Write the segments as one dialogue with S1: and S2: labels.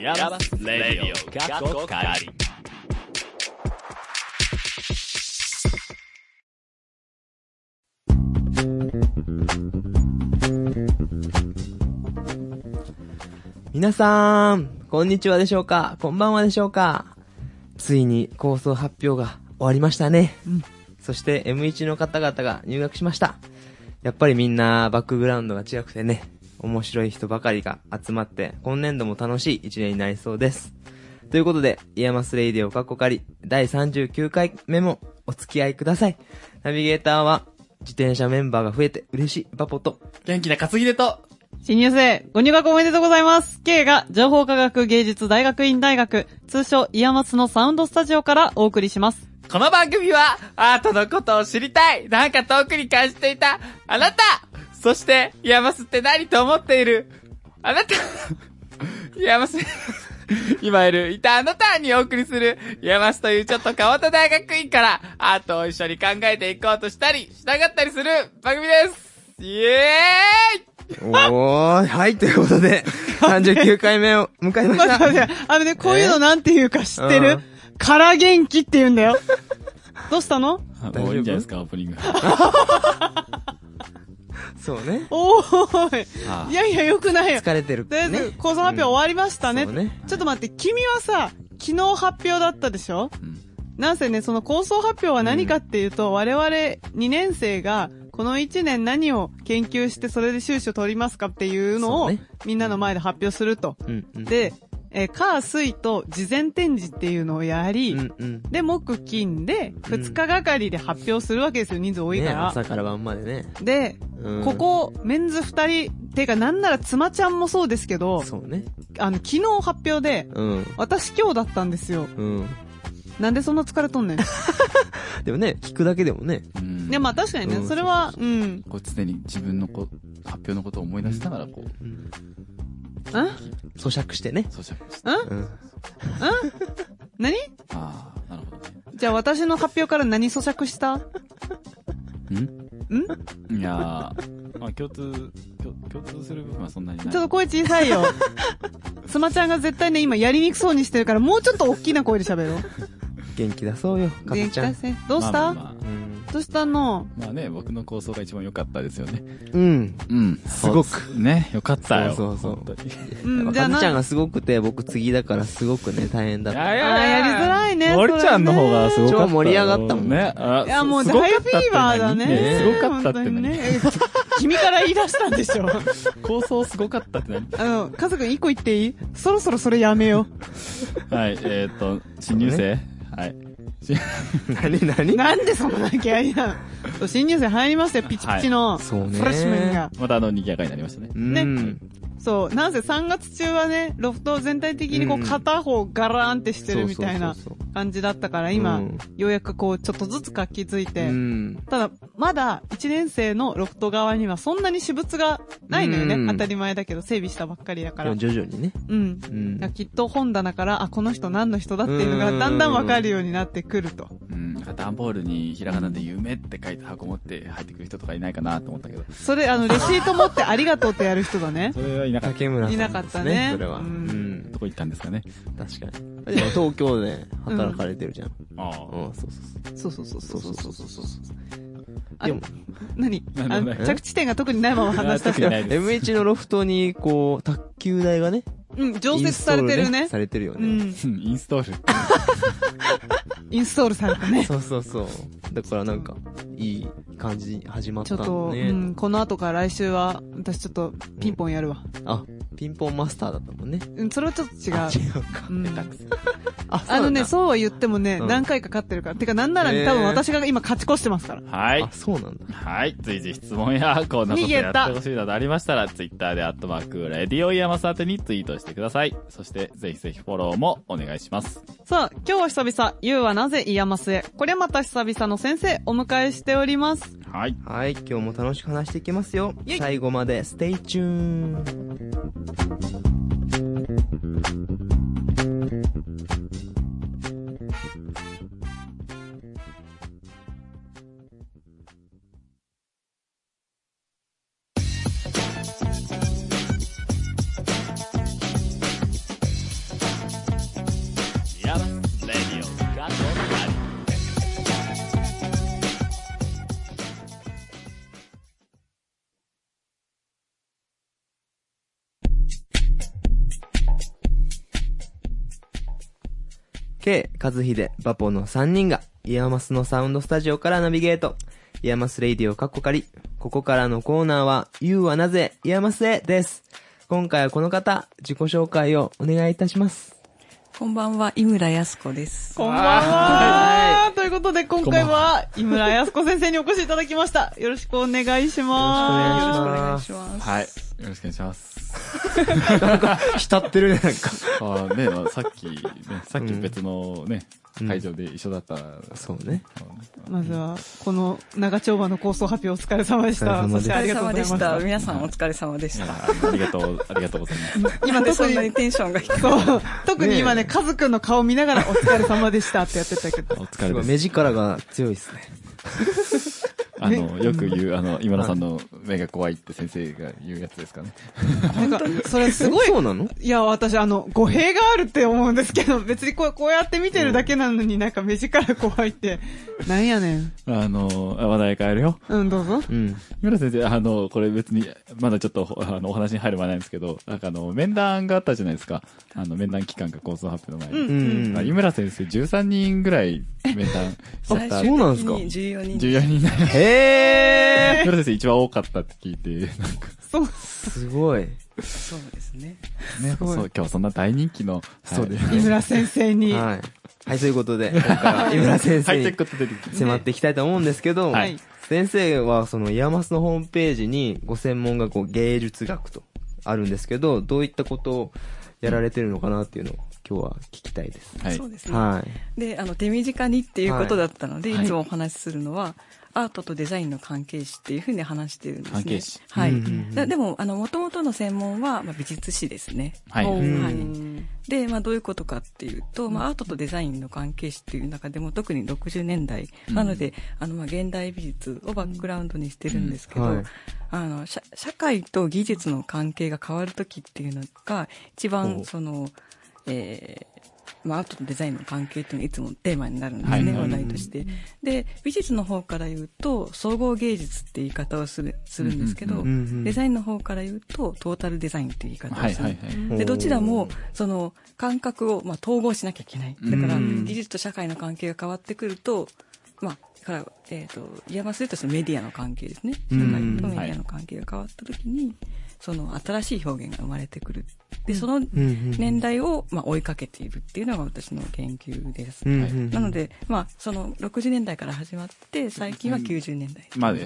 S1: ヤバスレディオ過去仮
S2: 皆さん、こんにちはでしょうかこんばんはでしょうかついに構想発表が終わりましたね。そして M1 の方々が入学しました。やっぱりみんなバックグラウンドが違くてね、面白い人ばかりが集まって、今年度も楽しい一年になりそうです。ということで、イヤマスレイディオカッコカリ第39回目もお付き合いください。ナビゲーターは自転車メンバーが増えて嬉しいバポと、
S3: 元気な担ぎでと、
S4: 新入生、ご入学おめでとうございます !K が情報科学芸術大学院大学、通称イヤマスのサウンドスタジオからお送りします。
S3: この番組は、アートのことを知りたいなんか遠くに感じていたあなたそして、イヤマスって何と思っているあなた イヤマス、 今いる、いたあなたにお送りする、イヤマスというちょっと変わった大学院から、アートを一緒に考えていこうとしたり、したがったりする番組ですイエ
S2: おーい、はい、というこ とで、39回目を迎えま
S4: 待
S2: し
S4: ったて。待って、あのね、こういうのなんていうか知って
S2: う
S4: る
S2: ん
S4: から元気って言うんだよ。 どうしたの
S3: ー
S2: 丈
S3: イ
S2: 夫もういいんじゃないです
S3: か、オープニング。
S2: そうね。
S4: おー
S3: ああ
S4: い。いやいや、よくないよ。と
S2: 疲れてる。
S4: りあえず、構想発表終わりましたね。
S2: そうね
S4: ちょっと待って、君はさ、昨日発表だったでしょなんせね、その構想発表は何かっていうと、我々2年生が、この1年何を研究してそれで収支を取りますかっていうのを、
S2: そうね
S4: みんなの前で発表すると。
S2: うん、うん。、
S4: で、えー、火、水と事前展示っていうのをやり、
S2: うん、うん。
S4: で、木、金で、2日がかりで発表するわけですよ、人数多い
S2: ね
S4: から。
S2: 朝から晩までね。
S4: で、
S2: うん
S4: ここ、メンズ2人、てかなんなら妻ちゃんもそうですけど、
S2: そうね。
S4: あの、昨日発表で、
S2: うん。
S4: 私今日だったんですよ。
S2: うん。
S4: なんでそんな疲れ とんねん。
S2: でもね、聞くだけでもね。
S5: うん
S4: で、まあ確かにね、
S2: うん
S4: それは、うん。
S5: こう常に自分のこう発表のことを思い出しながらこう
S2: うん。
S4: ん
S2: 咀嚼してね。
S5: 咀嚼して
S4: ん
S2: うん。
S4: 何
S5: ああなるほどね
S4: じゃあ私の発表から何咀嚼したんち
S5: うんいやーまあ共通共共通する部分はそんなにない
S4: ょっと声小さい よ。つまちゃんが絶対ね、今やりにくそうにしてるから、もうちょっと大きな声で喋ろう。
S2: 元気出そうよ、か
S4: 元
S2: ず
S4: 気
S2: ちゃ
S4: 出
S2: ん。
S4: せ。どうした、
S5: まあまあまあ
S2: うん。
S4: どうしたの
S5: まあね僕の構想が一番良かったですよね
S2: うん。
S5: うん
S2: すごく
S5: ね良かったよ
S2: そうそうそう
S5: 本当に
S4: うん、じゃ
S2: か
S4: あ
S2: ず
S4: な、
S2: ちゃん
S4: あ
S2: がすごくて、僕次だからすごくね、大変だった。
S4: ーやりづらいね。
S5: 森ちゃんの方がすごかったよ。
S2: 超盛り上がったもん
S5: ね。あ
S4: いや、もう、
S5: す
S4: 大
S5: ごか
S4: フ
S5: った
S4: ィ
S5: って
S4: ーバーだね。
S5: 何すごかったって
S4: 本当に
S5: 何
S4: ね。 君から言い出したんでし ょ。
S5: 構想すごかったって何
S4: あの、カズくん一個言っていいそろそろそれやめよ
S5: はい、えーっと、新入生はい。新
S2: そ 何
S4: う。
S2: 何
S4: なんでそんな気合いなのそう新入生入りましたよ、ピチピチの。
S2: いそうね
S4: フレッシュメンが。
S5: またあの、賑やかになりましたね。
S2: うん。
S4: そう。なんせ3月中はね、ロフト全体的にこ
S2: う
S4: うん片方ガラーンってしてるみたいな
S2: そうそうそう
S4: 感じだったから、今、
S2: うん
S4: ようやくこう、ちょっとずつ活気づい
S2: そう
S4: て。
S2: うん。
S4: ただ、まだ1年生のロフト側にはそんなに私物がないのよね。
S2: うん
S4: 当たり前だけど、整備したばっかりだか
S2: で
S4: ら
S2: も。徐々にね。
S4: うん。
S2: うん。
S4: きっと本棚から、あ、この人何の人だっていうのがだんだんわかるようになってくると。
S5: うん、なんか段ボールにひらがなで夢って書いて箱持って入ってくる人とかいないかなと思ったけど、
S4: それ、あの、レシート持ってありがとうってやる人だね。
S5: それはいなかった。
S2: 竹村さんです、
S4: いなかったね
S2: それは。う
S4: うん
S2: ん。
S5: どこ行ったんですかね。
S2: 確かに。でも東京で働かれてるじゃん。
S5: あ
S2: うん、
S5: あ。
S2: そうそう
S4: そうそうそうそうそうそうそうそう。
S2: そう。でも、
S4: 何
S5: なんだ
S4: あ
S5: な
S4: の
S5: んだ
S4: 着地点が特にないまま話した
S5: 特にないです。
S2: M1 のロフトに、こう、卓球台がね、
S4: うん、常設されてる
S2: イ
S4: ね
S2: ンストール。されてるよ
S4: う
S2: ね。
S4: ん、
S5: うんインストール。
S4: インストールされたね。
S2: そうそうそう。だからなんか、いい感じに始まっ
S4: ち
S2: た
S4: ょっと、
S2: の
S4: う
S2: ね。
S4: ん、この後から来週は、私ちょっとピンポンやるわ。
S2: あ、ピンポンマスターだったもんね。
S4: うん、それはちょっと違
S2: あ違
S4: う。
S2: うか。
S4: うん
S2: 下手くそあ、そう
S4: あ
S2: な
S4: の
S2: んだ
S4: ね、そうは言ってもね、
S2: うん
S4: 何回か勝ってるから。てか、なんなら
S2: へ
S4: ね、
S2: ー
S4: 多分私が今勝ち越してますから。
S5: はい
S2: あ、。そうなんだ。
S5: はい。随時質問や、こんなことやってほしいなどありましたら、ツイッターでアットマーク、レディオイヤマス宛てにツイートしてください。そして、ぜひぜひフォローもお願いします。
S4: さあ、今日は久々、ゆうはなぜイヤマスへ。これまた久々の先生、お迎えしております。
S5: はい。
S2: はい、今日も楽しく話していきますよ
S4: イェ。イ
S2: 最後まで、ステイチューン。 K、和秀、バポの3人が、イヤマスのサウンドスタジオからナビゲート。イヤマスレイディをカッコ借り。ここからのコーナーは、You はなぜ、イヤマスへです。今回はこの方、自己紹介をお願いいたします。
S6: こんばんは、井村康子です。
S4: こんばんはということで、今回は、井村康子先生にお越しいただきました。よろしくお願いします。
S2: よろしくお願いしま
S6: 願い
S2: す。
S6: します。
S5: はい。よろしくお願いします。
S2: 浸ってるね、なんか。
S5: あーね、まあさっき、ね、さっき
S2: うん
S5: 別のね、
S2: うん
S5: 会場で一緒だった。
S2: そうね。
S4: まずは、この長丁場の構想発表お疲れ様でした。
S2: お疲れ様で
S4: そ
S2: す
S4: して
S6: お
S4: あ
S6: 疲
S4: り
S6: れ
S4: がとうご
S6: 様
S4: ざいま
S6: でし。
S4: したた。
S6: 皆さんお疲れ様でし
S5: い
S6: た。
S5: やありがとう、ありがとうございます。
S6: 今でそんなにテンションが低い。
S4: そう。特に今ね、
S2: ね
S4: カズくんの顔見ながらお疲れ様でしたってやってたけど。
S5: お疲
S2: す
S5: れ
S2: ご
S5: で
S2: い
S5: す。
S2: 目力が強いですね。
S5: あの、よく言う、あの、今田さんの目が怖いって先生が言うやつですかね。
S4: なんか、それすごい
S2: え。そうなの
S4: いや、私、あの、語弊があるって思うんですけど、別にこうこうやって見てるだけなのになんか目力怖いって。なんやねん。
S5: あの、話題変えるよ。
S4: うん、どうぞ。
S2: うん。
S5: 今田先生、あの、これ別に、まだちょっと、あの、お話に入る前なんですけど、なんかあの、面談があったじゃないですか。あの、面談期間が構想発表の前
S2: う
S5: に。
S2: ん。
S5: 井村先生、13人ぐらい面談し
S6: 最
S5: た。
S6: 終
S2: そうなんですか
S6: 的に14人。
S5: 14人ぐ らい。
S2: へ
S5: 井村先生一番多かったって聞いて、なんか
S4: そう。
S2: ーすごい。
S6: そうですね。
S5: ね、
S4: ごい
S5: そう、今日そんな大人気の、。
S2: そうです
S4: 井村先生に。
S2: はい。はい、ということで、今回は井村先
S5: ハイ
S2: 生
S5: テ
S2: に
S5: クって出てきて。
S2: 迫っていきたいと思うんですけど、
S5: はい
S2: 先生はそのイヤマスのホームページにご専門がこう芸術学とあるんですけど、どういったことをやられてるのかなっていうのを今日は聞きたいです。
S5: はい
S6: そう。ですね。
S2: はい。
S6: で、あの、手短にっていうことだったので、
S5: はい
S6: い、つもお話しするのは、アートとデザインの関係史っていうふうに話してるんですね。
S5: 関係史
S6: はい。
S2: うんうんうん
S6: だでも、あの、元々の専門は、まあ、美術史ですね。
S5: はい
S2: うん
S6: はい。で、まあ、どういうことかっていうと、まあ、アートとデザインの関係史っていう中でも、特に60年代。なので、あの、まあ、現代美術をバックグラウンドにしてるんですけど、
S2: うんはい
S6: あの、社社会と技術の関係が変わるときっていうのが、一
S2: お
S6: 番、その、えーまあ、アートとデザインの関係っていうのがいつもテーマになるんです
S5: はい
S6: ね、話題として。で、美術の方から言うと、総合芸術って言い方をするするんですけ
S5: うん
S6: ど
S5: うん
S2: うんうん、
S6: デザインの方から言うと、トータルデザインっていう言い方
S5: は
S6: を
S5: い
S6: す
S5: はいは
S6: る
S5: い。。
S6: で、どちらも、その、感覚を、まあ、統合しなきゃいけない。だから、
S2: うん
S6: 技術と社会の関係が変わってくると、まあ、だから、えっ、と、言えばするとそのメディアの関係ですね。
S2: う
S6: 社
S2: ん
S6: 会とメディアの関係が変わった時に、その、新しい表現が生まれてくる。で、その年代を、まあ、追いかけているっていうのが私の研究です。
S2: うん
S5: はい
S6: なの、で、まあ、その、60年代から始まって、最近は90年代。
S5: まで。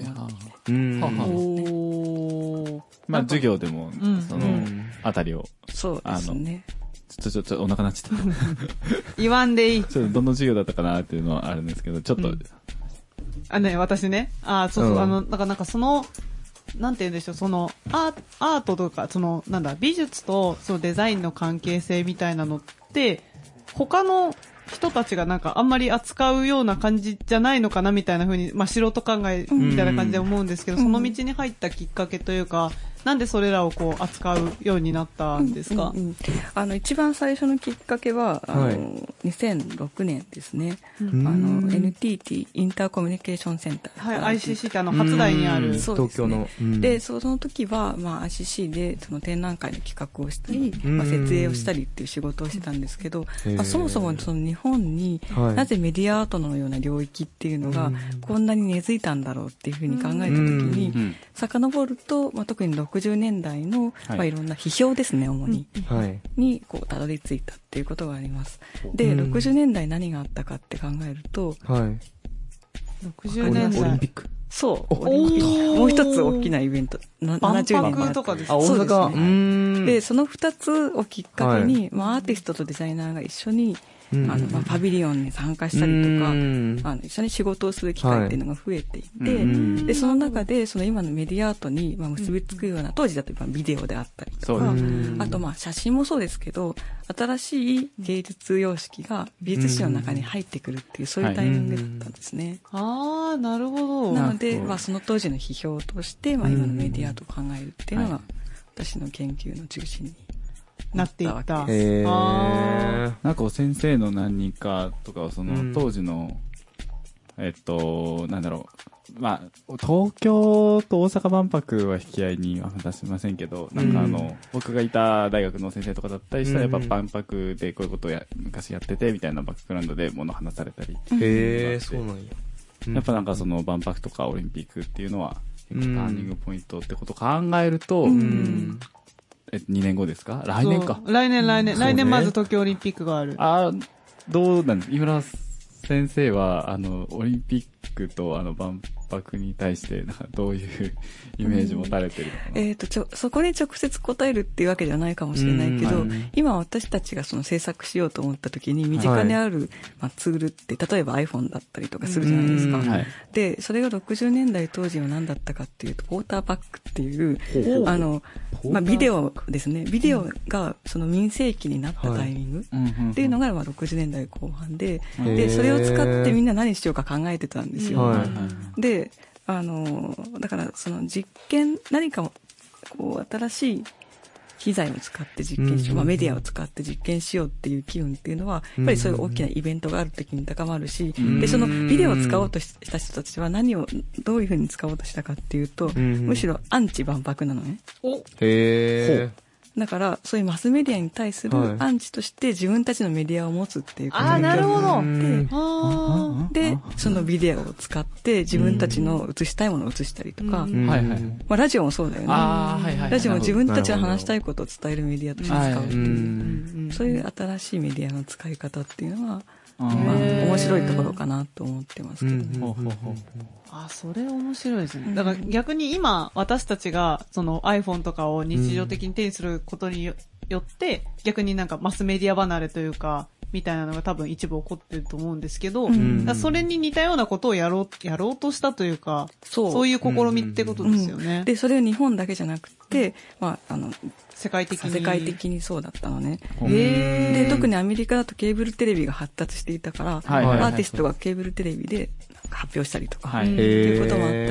S2: うん。
S5: はあはあ
S4: おー。
S5: まあ、授業でも
S4: ん、
S5: そうの
S2: ん、
S5: あたりを、
S6: そうですね。
S5: ちょ、ちょ、ちょ、お腹なっちゃった。
S4: 言わんでいい。
S5: ちょっとどの授業だったかなっていうのはあるんですけど、ちょっと、
S4: あ、ね、私ね。あ、そうそう、
S2: うん
S4: あの、なんか、なんかその、なんて言うんでしょう、その、アーアートとか、その、なんだ、美術と、そのデザインの関係性みたいなのって、他の人たちがなんかあんまり扱うような感じじゃないのかなみたいな風に、まあ素人考えみたいな感じで思うんですけど、その道に入ったきっかけというか、なんでそれらをこう扱うようになったんですか、
S6: うんうんあの一番最初のきっかけは、あの
S2: はい
S6: 2006年ですね、
S2: ん
S6: あの NTT インターコミュニケーションセンター
S4: はい、ICC ってあの、初台にある。
S6: そうで
S2: 東
S6: す
S2: 京
S6: ね
S2: の。うん
S6: で、その時は、まあ、ICC でその展覧会の企画をしたり、
S2: うん
S6: まあ、設営をしたりっていう仕事をしてたんですけど、
S2: へー
S6: まあ、そもそもその日本に
S2: はい
S6: なぜメディアアートのような領域っていうの
S2: う
S6: が
S2: ん
S6: こんなに根付いたんだろうっていうふうに考えた時に、
S5: うん
S6: 遡ると、まあ、特に60年代の、
S5: はい
S6: まあ、いろんな批評ですね主に、
S2: はい。
S6: にこうたどり着いたっていうことがあります。
S2: う
S6: で、
S2: ん
S6: 60年代何があったかって考えると、
S2: はい。
S4: 60
S2: オリ
S4: 年
S2: オリン
S4: 代。
S2: ピック。
S6: そう、オリンピックもう一つ大きなイベント、な
S4: 万
S6: 70年
S4: 博とかです
S2: あ、大
S6: そうですね
S2: 阪。うーん。
S6: で、その二つをきっかけに、まあ、アーティストとデザイナーが一緒に、
S2: うん
S6: あの、まあ、パビリオンに参加したりとか、
S2: うん
S6: あの一緒に仕事をする機会っていうのが増えていて、
S2: ん
S6: でその中でその今のメディアアートにまあ結びつくような、当時だとやっぱビデオであったりと
S5: そ
S6: か、
S5: うです
S2: ね
S6: あとまあ写真もそうですけど新しい芸術様式が美術史の中に入ってくるっていうそういうタイミングだったんですね。
S4: あー、なるほど。
S6: なので、まあ、その当時の批評として、まあ、今のメディアアートを考えるっていうのが、私の研究の中心に
S4: なっていった。
S6: へ
S2: へ
S4: あ
S2: ー。
S5: なんかこう先生の何人かとかはそうの
S2: ん
S5: 当時のえっと、なんだろう。まあ、東京と大阪万博は引き合いには出しませんけど、なんかあの、
S2: う
S5: 僕がいた大学の先生とかだったりしたら、
S2: うん
S5: やっぱ万博でこういうことをや昔やってて、みたいなバックグラウンドで物話されたり、
S2: へえ、そうなんや。
S5: やっぱなんかその万博とかオリンピックっていうのは、結構ターニングポイントってことを考えると、
S2: うん。
S5: え、2年後ですか来年か
S4: そ。う来年来年。
S2: そうね
S4: 来年まず東京オリンピックがある。
S5: あーどうなんです井村先生は、あの、オリンピックとあの万博に対して、 なんかどういうイメージ持たれてるのかな、
S6: えっ、と、ちょ、そこに直接答えるっていうわけじゃないかもしれないけど、
S2: うんはい
S6: 今私たちがその制作しようと思った時に身近にある、まあ、ツールって、例えば iPhone だったりとかするじゃないですか。
S2: うん
S5: はい
S6: で、それが60年代当時は何だったかっていうと、ウォーターバックっていう、あの、まあ、ビデオですね。ビデオがその民生期になったタイミング。っていうのがまあ60年代後半で、
S2: へ
S6: で、
S2: ー
S6: それを使ってみんな何しようか考えてたんですよ。
S2: はい
S6: で、あのー、だからその実験、何かをこう新しい機材を使って実験しよう、
S2: うん
S6: まあ、メディアを使って実験しようっていう機運っていうのは、やっぱりそういう大きなイベントがある時に高まるし、
S5: ん
S6: で、そのビデオを使おうとした人たちは何を、どういうふうに使おうとしたかっていうと、
S2: ん
S6: むしろアンチ万博なのね。
S2: へえ。
S6: だから、そういうマスメディアに対す
S2: はい
S6: るアンチとして自分たちのメディアを持つっていうことに
S4: ああ、
S6: 興味
S4: な
S6: が
S4: るほど。
S2: うん
S4: あ
S6: で、そのビデオを使って自分たちの映したいものを映したりとか、
S2: うん
S5: はいはい。
S6: まあラジオもそうだよね。
S5: ああ、はいはい。
S6: ラジオも自分たちが話したいことを伝えるメディアとして使うって
S2: う
S6: いう、
S2: ん。
S6: そういう新しいメディアの使い方っていうのは、
S5: あ
S6: まあ
S4: へー
S6: 面白いところかなと思ってますけどね。
S5: ほうほうほう
S4: あ、それ面白いですね。だから逆に今、私たちが、その iPhone とかを日常的に手にすることによよって、逆になんかマスメディア離れというか、みたいなのが多分一部起こってると思うんですけど、だからそれに似たようなことをやろう、やろうとしたというか、
S6: そう
S4: そういう試みってことですよね。
S6: で、それを日本だけじゃなくて、まあ、あの、
S4: 世界的に。
S6: 世界的にそうだったのね。
S4: へー
S6: で、特にアメリカだとケーブルテレビが発達していたか
S5: は
S6: ら、
S5: いはいはい
S6: アーティストがケーブルテレビでなんか発表したりとか、
S5: はい
S6: っていうこともあった
S2: へ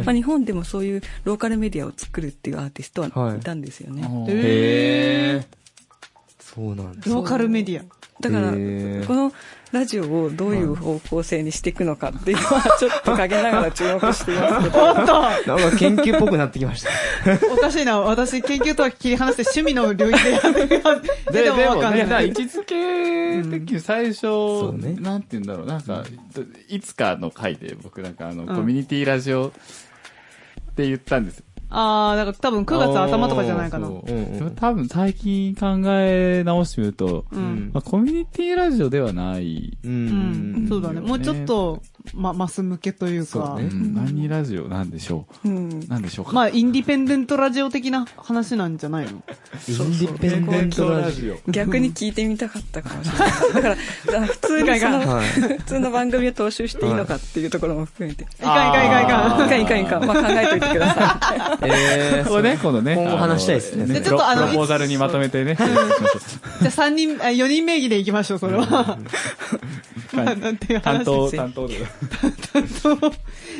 S2: ー
S6: し、まあ、日本でもそういうローカルメディアを作るっていうアーティストはいたんですよね。
S5: ほう
S4: へ
S2: へえ。そうなんだ。
S4: ローカルメディア。
S6: だから、
S2: へー
S6: このラジオをどういう方向性にしていくのかっていうのは、ちょっと陰ながら注目していま すけど。
S4: おっと
S2: なんか研究っぽくなってきました。
S4: おかしいな。私、研究とは切り離して趣味の領域でやってます。
S5: で、
S4: で
S5: で
S4: もわ
S5: も
S4: かん
S5: ね、なん
S4: な
S5: か
S4: い
S5: 位。置づけ的に最初、
S2: うね
S5: なんて言うんだろう、なんか、いつかの回で僕なんかあの、
S4: ん
S5: コミュニティラジオって言ったんですよ
S4: あー、だから多分9月頭とかじゃないかな。
S5: そう
S2: うんうん
S5: でも多分最近考え直してみると、
S4: うん。
S5: まあ、コミュニティラジオではない。
S2: う
S4: うんん。。そうだね。もうちょっと、ま、マス向けという
S2: そ
S4: か
S2: う
S5: う
S2: ね。
S5: ん、何ラジオなんでしょ
S6: うん
S5: う。なんでしょうか。
S4: まあ、インディペンデントラジオ的な話なんじゃないの
S2: インディペンデントラジ
S5: オ。
S6: 逆に聞いてみたかったかもしれない。だからあの、普通にその
S2: オ。、はい。
S6: 普通の番組を踏襲していいのかっていうところも含めて。
S4: いかんいかんいかんい
S5: あー
S4: か
S6: いかんいかんいかん。まあ、考えておいてください。
S2: えー
S5: これね、このね。
S2: 今後話したいですね
S5: あの
S4: でちょっとあの
S5: プロポーザルにまとめてね。うん
S4: ん。じゃあ3人、あ4人名義でいきましょう、それは。なんていう
S5: 担
S4: 話。
S5: 当、担当で。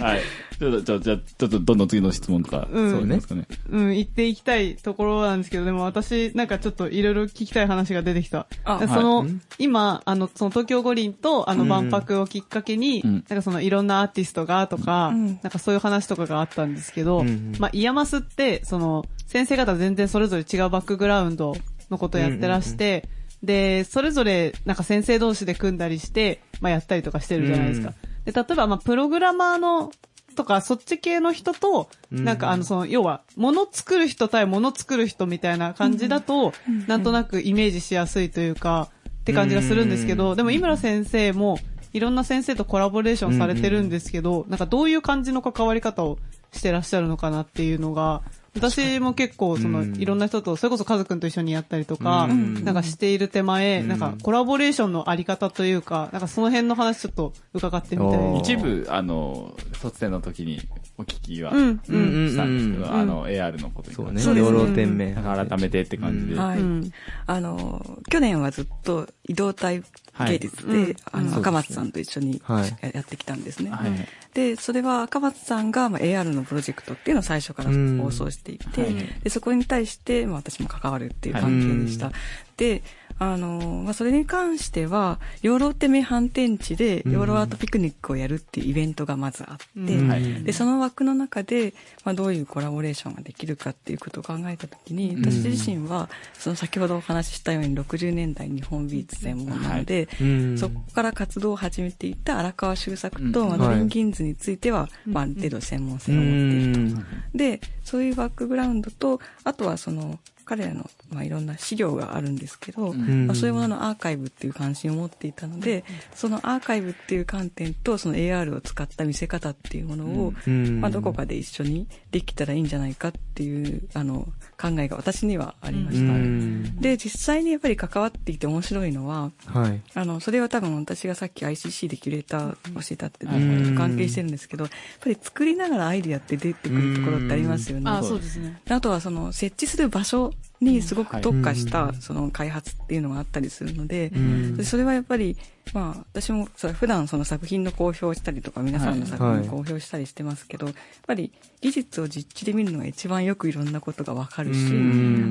S5: はい。ちょっと、ちょ、じゃあちょっとどんどん次の質問とか。
S4: うん
S5: そうですかね。
S4: うん、行っていきたいところなんですけど、でも私、なんかちょっといろいろ聞きたい話が出てきた。
S6: あ
S4: で
S5: はい
S4: その、今、あの、その東京五輪と、あの、万博をきっかけに、
S5: うん
S4: なんかそのいろんなアーティストがとか、
S6: うん
S4: なんかそういう話とかがあったんですけど、
S2: うんうん
S4: まあ、イヤマスって、その、先生方全然それぞれ違うバックグラウンドのことをやってらして、で、それぞれ、なんか先生同士で組んだりして、まあ、やったりとかしてるじゃないですか。で、例えば、まあ、プログラマーの、とか、そっち系の人と、なんかあの、その、要は、物作る人対物作る人みたいな感じだと、なんとなくイメージしやすいというか、って感じがするんですけど、でも井村先生も、いろんな先生とコラボレーションされてるんですけど、なんかどういう感じの関わり方をしてらっしゃるのかなっていうのが、私も結構、その、
S2: うん
S4: いろんな人と、それこそカズくんと一緒にやったりとか、
S2: うん
S4: なんかしている手前、
S2: うん
S4: なんかコラボレーションのあり方というか、なんかその辺の話ちょっと伺ってみたい
S2: おー
S4: です。
S5: 一部、あの、卒生の時にお聞きは
S4: うん、う。
S2: うんん
S5: し
S2: う
S5: たんですけ
S2: んう
S5: ど、
S2: ん。
S5: あの、AR のことに
S2: そう
S5: 関し
S2: ね。
S5: て。
S6: そうですね
S2: 両天命。
S5: だから改めてって感じで。
S6: うんはい
S4: うん
S6: あの、去年はずっと移動体芸術で、
S4: はいうん
S6: あ
S4: うん
S6: の、赤松さんと一緒に
S2: はい
S6: やってきたんですね。
S5: はい。
S6: で、それは赤松さんが、まあ、AR のプロジェクトっていうのを最初から
S2: うん
S6: 放送していて、
S5: はい
S6: でそこに対して、まあ、私も関わるっていう関係でした。で、あのーまあ、それに関しては、養老手名反転地で、
S2: うん
S6: 養老アートピクニックをやるっていうイベントがまずあって、
S4: うん
S5: はい
S6: で、その枠の中で、まあ、どういうコラボレーションができるかっていうことを考えたときに、
S5: ん
S6: 私自身は、その先ほどお話ししたように60年代日本美術専門なので、
S2: うん
S6: そこから活動を始めていた荒川修作
S5: う
S6: と
S5: ん
S6: マドリン・ギンズについては、まあ、ある程度専門性を持っていると。で、そういうバックグラウンドと、あとはその、彼らの、まあ、いろんな資料があるんですけど、
S2: うん
S6: まあそういうもののアーカイブっていう関心を持っていたので、そのアーカイブっていう観点と、その AR を使った見せ方っていうものを、
S2: うん
S6: まあ、どこかで一緒にできたらいいんじゃないかっていう、あの、考えが私にはありま
S2: う
S6: した。
S2: ん
S6: で、実際にやっぱり関わっていて面白いのは、
S2: はい
S6: あの、それは多分私がさっき ICC でキュレーターをしてたっていう
S2: うん
S6: のと関係してるんですけど、やっぱり作りながらアイディアって出てくるところってありますよね。
S4: あ、そうですね。
S6: あとはその設置する場所にすごく特化
S2: う
S6: し
S2: んは
S6: た
S2: い
S6: その開発っていうのがあったりするので
S2: う、ん
S6: でそれはやっぱり、まあ私もそれ普段その作品の公表をしたりとか皆さんの作品を公表したりしてますけど、やっぱり技術を実地で見るのが一番よくいろんなことがわかるし
S2: う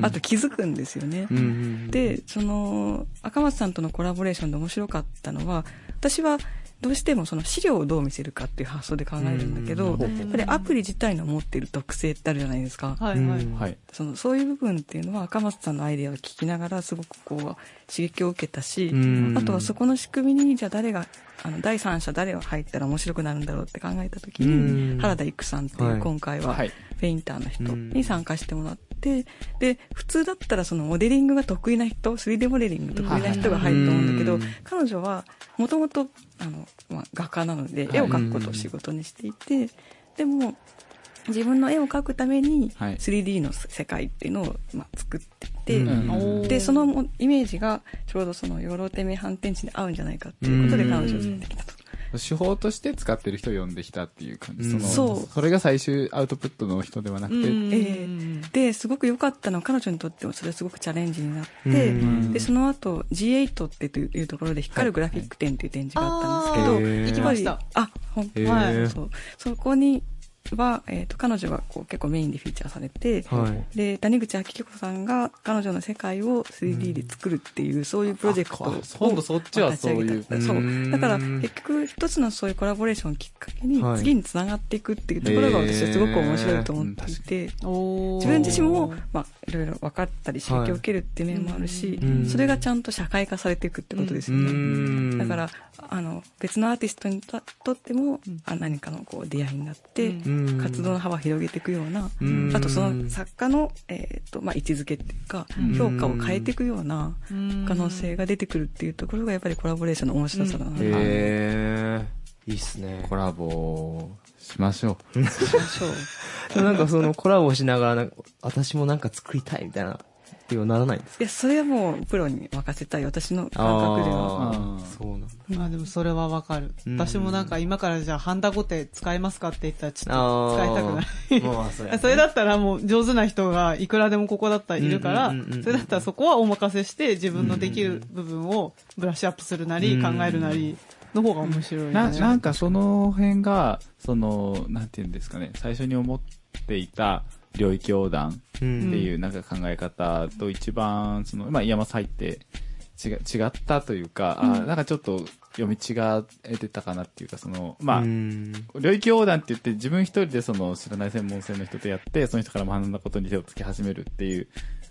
S2: ん、
S6: あと気づくんですよね。
S2: うん
S6: でその赤松さんとのコラボレーションで面白かったのは私はどうしてもその資料をどう見せるかっていう発想で考えるんだけど、
S5: うん
S6: やっぱりアプリ自体の持っている特性ってあるじゃないですか、
S4: はいは
S2: う
S4: い。
S2: ん
S5: はい。
S6: そのそういう部分っていうのは赤松さんのアイデアを聞きながらすごくこう刺激を受けたし、
S2: うん
S6: あとはそこの仕組みにじゃあ誰があの第三者誰が入ったら面白くなるんだろうって考えた時に、
S2: うん
S6: 原田育さんって
S2: はいいう
S6: 今回は
S5: はい
S6: ペインターの人に参加してもらって、で普通だったらそのモデリングが得意な人 3D モデリング得意な人が入ると思うんだけど、
S2: うん
S6: 彼女はもともとあの、まあ、画家なので絵を描くことを仕事にしていて、でも自分の絵を描くために
S5: はい
S6: 3D の世界っていうのを、まあ、作っていて、
S5: うん
S4: おー
S6: でそのもイメージがちょうどその養老天命反転地に合うんじゃないかっていうことで
S2: うん
S6: 彼女を連れてきたと。
S5: 手法として使ってる人を呼んできたっていう感じ。
S2: うん
S5: その
S6: そう
S5: それが最終アウトプットの人ではなくて、
S4: うん
S6: ですごく良かったのは彼女にとってもそれはすごくチャレンジになって、
S2: うん
S6: でその後 G8 ってというところで光るグラフィック展っていう展示があったんですけど、
S4: あ
S2: ー
S6: やっ
S2: 行き
S6: ぱ
S4: ま
S6: り
S4: した
S6: あ本当、
S2: へー
S6: はいそうそこには、えー、と彼女がこう結構メインでフィーチャーされて、
S2: はい
S6: で谷口明子さんが彼女の世界を 3D で作るっていう、そういうプロジェクト
S5: あ
S6: を
S5: そ今度そっちはそういう
S6: 立ち上げた
S2: うん
S6: そうだから結局一つのそういうコラボレーションをきっかけに
S2: はい
S6: 次につながっていくっていうところが私はすごく面白いと思っていて、
S4: おー
S6: 自分自身も、まあ、いろいろ分かったり刺激を受けるっていう面もあるし、
S2: はいうん
S6: それがちゃんと社会化されていくってことですよね。
S2: ん
S6: だからあの別のアーティストにととっても、あ何かのこう出会いになって、
S4: うん
S2: うん
S6: 活動の幅を広げていくような、
S2: うん
S6: あとその作家の、えーとまあ、位置づけっていうか、
S2: ん
S6: 評価を変えていくような
S4: うん
S6: 可能性が出てくるっていうところがやっぱりコラボレーションの面白さだな、
S2: へ
S6: あ
S2: えいいっすね
S5: コラボしましょう。
S6: そう
S2: で もなんかそのコラボしながらなんか、私もなんか作りたいみたいな、っていうのはならないんですか
S6: いやそれはもうプロに任せたい私の感覚で
S2: あ
S6: は
S5: あー
S2: ーそうなんだ。
S4: あ、でもそれはわかる。
S2: うん
S4: 私もなんか今からじゃあハンダゴテ使えますかって言ったらちょっ
S2: あ
S4: と
S2: ー
S4: 使いたく
S2: ま
S4: な
S2: あ
S4: い。
S2: そ
S4: そう
S2: やね
S4: れだったらもう上手な人がいくらでもここだったらいるから、
S2: うんうんうんうんうん
S4: それだったらそこはお任せして自分のできる部分をブラッシュアップするなり
S2: うん
S4: 考えるなりの方が面白い、ね。
S5: ななんかその辺が、その、なんていうんですかね、最初に思っていた領域横断
S2: う
S5: っ
S2: ん
S5: ていうなんか考え方と一番、その、まあ、山入って違、違ったというか、あーなんかちょっと読み違えてたかなっていうか、その、まあ、
S2: うん
S5: 領域横断って言って自分一人でその知らない専門性の人とやって、その人から学んだことに手をつけ始めるっていう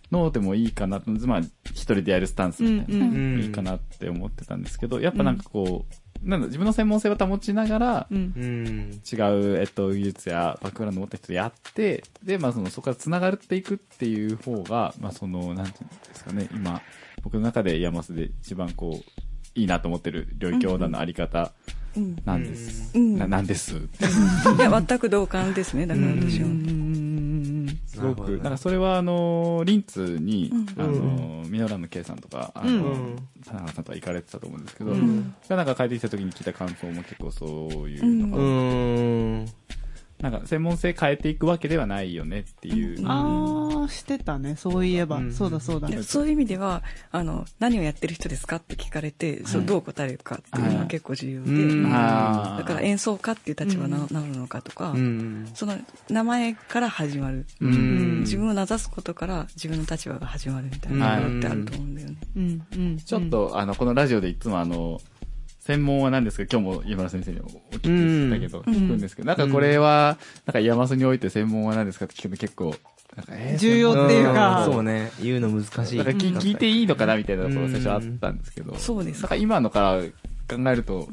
S5: のでもいいかなと、まあ、一人でやるスタンスみたいな。
S4: うんうん
S2: うん
S5: いいかなって思ってたんですけど、やっぱなんかこう、なんだ、自分の専門性を保ちながら、
S4: うん。
S2: うん。
S5: 違う、えっと、技術やバックグラウンドを持った人とやって、で、まあその、そこから繋がっていくっていう方が、まあその、なんていうんですかね、今、僕の中で山瀬で一番こう、いいなと思ってる領域横断のあり方
S6: うん
S5: なんです。
S6: うん
S5: ななんです。
S6: いや全く同感ですねだから私は、
S4: うんうんうんうん
S5: すごく、
S2: なるほどね
S5: なんかそれはあのー、リンツに、
S6: う
S5: あのー、ミノランの K さんとか、あのー
S2: うん
S5: 田中さんとか行かれてたと思うんですけど、
S4: う
S5: が
S4: ん
S5: なんか帰ってきた時に聞いた感想も結構そういうのが
S2: うーん。
S5: なんか専門性変えていくわけではないよねっていう。
S6: うん
S4: あ談してたね、そういえば。そうだそうだ。
S6: でそういう意味では、あの、何をやってる人ですかって聞かれて、そうどう答えるかっていうのが結構重要で、
S2: うん
S5: あー
S6: だから演奏家っていう立場ななるのかとか、
S2: うん。
S6: その名前から始まる。
S2: うん
S6: 自分をなざすことから自分の立場が始まるみたいなのってあると思うんだよね。
S4: うん、うん。
S5: ちょっと、あの、このラジオでいつもあの、専門は何ですか今日も山田先生にお聞きしたけど、
S6: ん
S5: 聞くんですけど、なんかこれは、なんか山田において専門は何ですかって聞くの結構、なんか、えー
S4: 重要っていうか
S2: んそうね。言うの難しい。
S5: なんか聞聞いていいのかなみたいなところ最初あったんですけど、
S6: そうです
S5: なんか今のから考えると、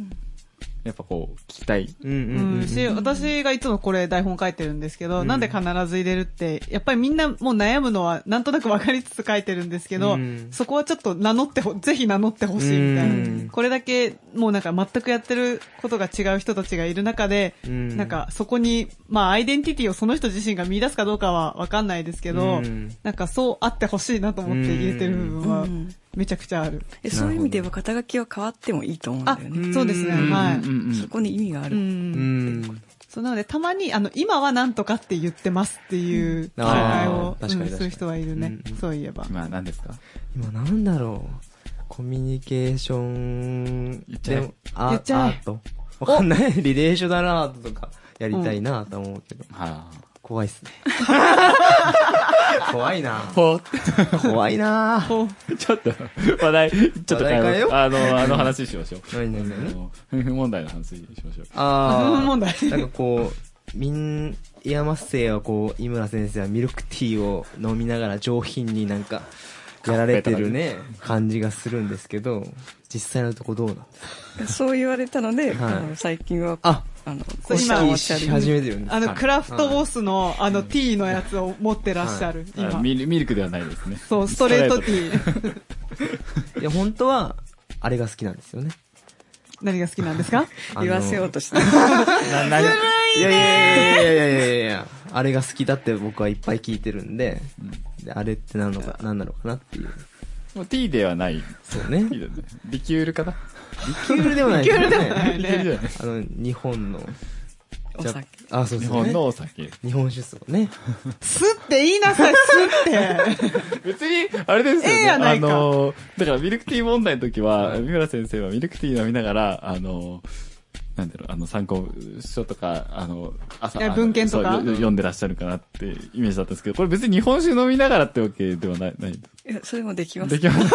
S5: やっぱこう、聞きたい。
S2: うんうん
S4: うん、し、私がいつもこれ台本書いてるんですけど、なんで必ず入れるって、やっぱりみんなもう悩むのはなんとなく分かりつつ書いてるんですけど、
S2: うん
S4: そこはちょっと名乗ってほ、ぜひ名乗ってほしいみたいな、
S2: うん
S4: これだけもうなんか全くやってることが違う人たちがいる中で、
S2: うん
S4: なんかそこに、まあアイデンティティをその人自身が見出すかどうかは分かんないですけど、
S2: うん
S4: なんかそうあってほしいなと思って入れてる部分は
S6: うん
S4: めちゃくちゃある。
S6: でそういう意味では肩書きは変わってもいいと思うんだ
S4: あ
S6: よね。、
S4: そうですね、
S2: うん
S4: はい。
S5: うんうん
S6: そこに意味がある。
S4: うん
S2: うん。
S4: そうなので、たまに、あの、今はなんとかって言ってますっていう、
S2: うん
S4: 紹介
S2: あ
S4: をうん
S2: ー、確かに確かに
S4: する人はいるね
S2: うん。
S4: そういえば。
S5: 今何ですか
S2: 今なんだろう。コミュニケーション、
S5: 言っちゃえ
S2: であ
S4: 言っちゃえ
S2: アート。わかんない。 リレーショナルアートとかやりたいなと思うけど。
S5: はぁ。
S2: 怖いっす ね。怖いな怖いな
S4: こ
S5: ちょっと、 話題、ちょっと変
S2: 話題変え
S5: え
S2: よ
S5: よ
S2: う
S5: う。あの、あの話しましょう。
S2: 何何何
S5: あの夫婦問題の話しましょう。
S2: ああ。
S4: 問題
S2: なんかこう、みん、イヤマッセイはこう、井村先生はミルクティーを飲みながら上品になんか、やられてるね、感じがするんですけど、実際のとこどうなんですか
S6: そう言われたので、
S2: はい
S6: あの最近は、
S2: あ
S6: あの、
S4: そう
S6: 公式
S4: 今
S6: に
S2: 意
S6: お
S2: 識
S6: っしゃる
S2: し始めてるんですか
S4: あの、クラフトボスの、あの、ティーのやつを持ってらっしゃる、
S5: あ
S4: 今。
S5: ミルミルクではないですね。
S4: そう、ストレートティー。
S2: いや、本当は、あれが好きなんですよね。
S4: 何が好きなんですか
S2: あの
S6: 言わせようとして。
S5: な、な、
S2: いやいやいやいやいやいやいやあれが好きだって僕はいっぱい聞いてるんで、であれって何のか、何なのかなっていう。
S5: もうティーではない。
S2: そうね。
S5: ティーだね。リキュールかな
S2: キュールでもないですよね。
S5: リキュールだよね。
S2: あの、日本の、
S6: お酒。
S2: あ、そう
S5: 日
S2: そう、
S5: 本
S2: ね。
S5: のお酒。
S2: 日本酒っすもんね。
S4: すって言いなさい、すって。
S5: 別に、あれですよね。
S4: ええやないか
S5: あの、だからミルクティー問題の時は、三村先生はミルクティー飲みながら、あの、なんだろう、あの、参考書とか、あの、朝、
S4: いや
S5: あの
S4: 文献とか
S5: そうよ読んでらっしゃるかなってイメージだったんですけど、これ別に日本酒飲みながらってわけではない、ない。
S6: いやそれもできま
S5: で。
S6: す
S5: きます。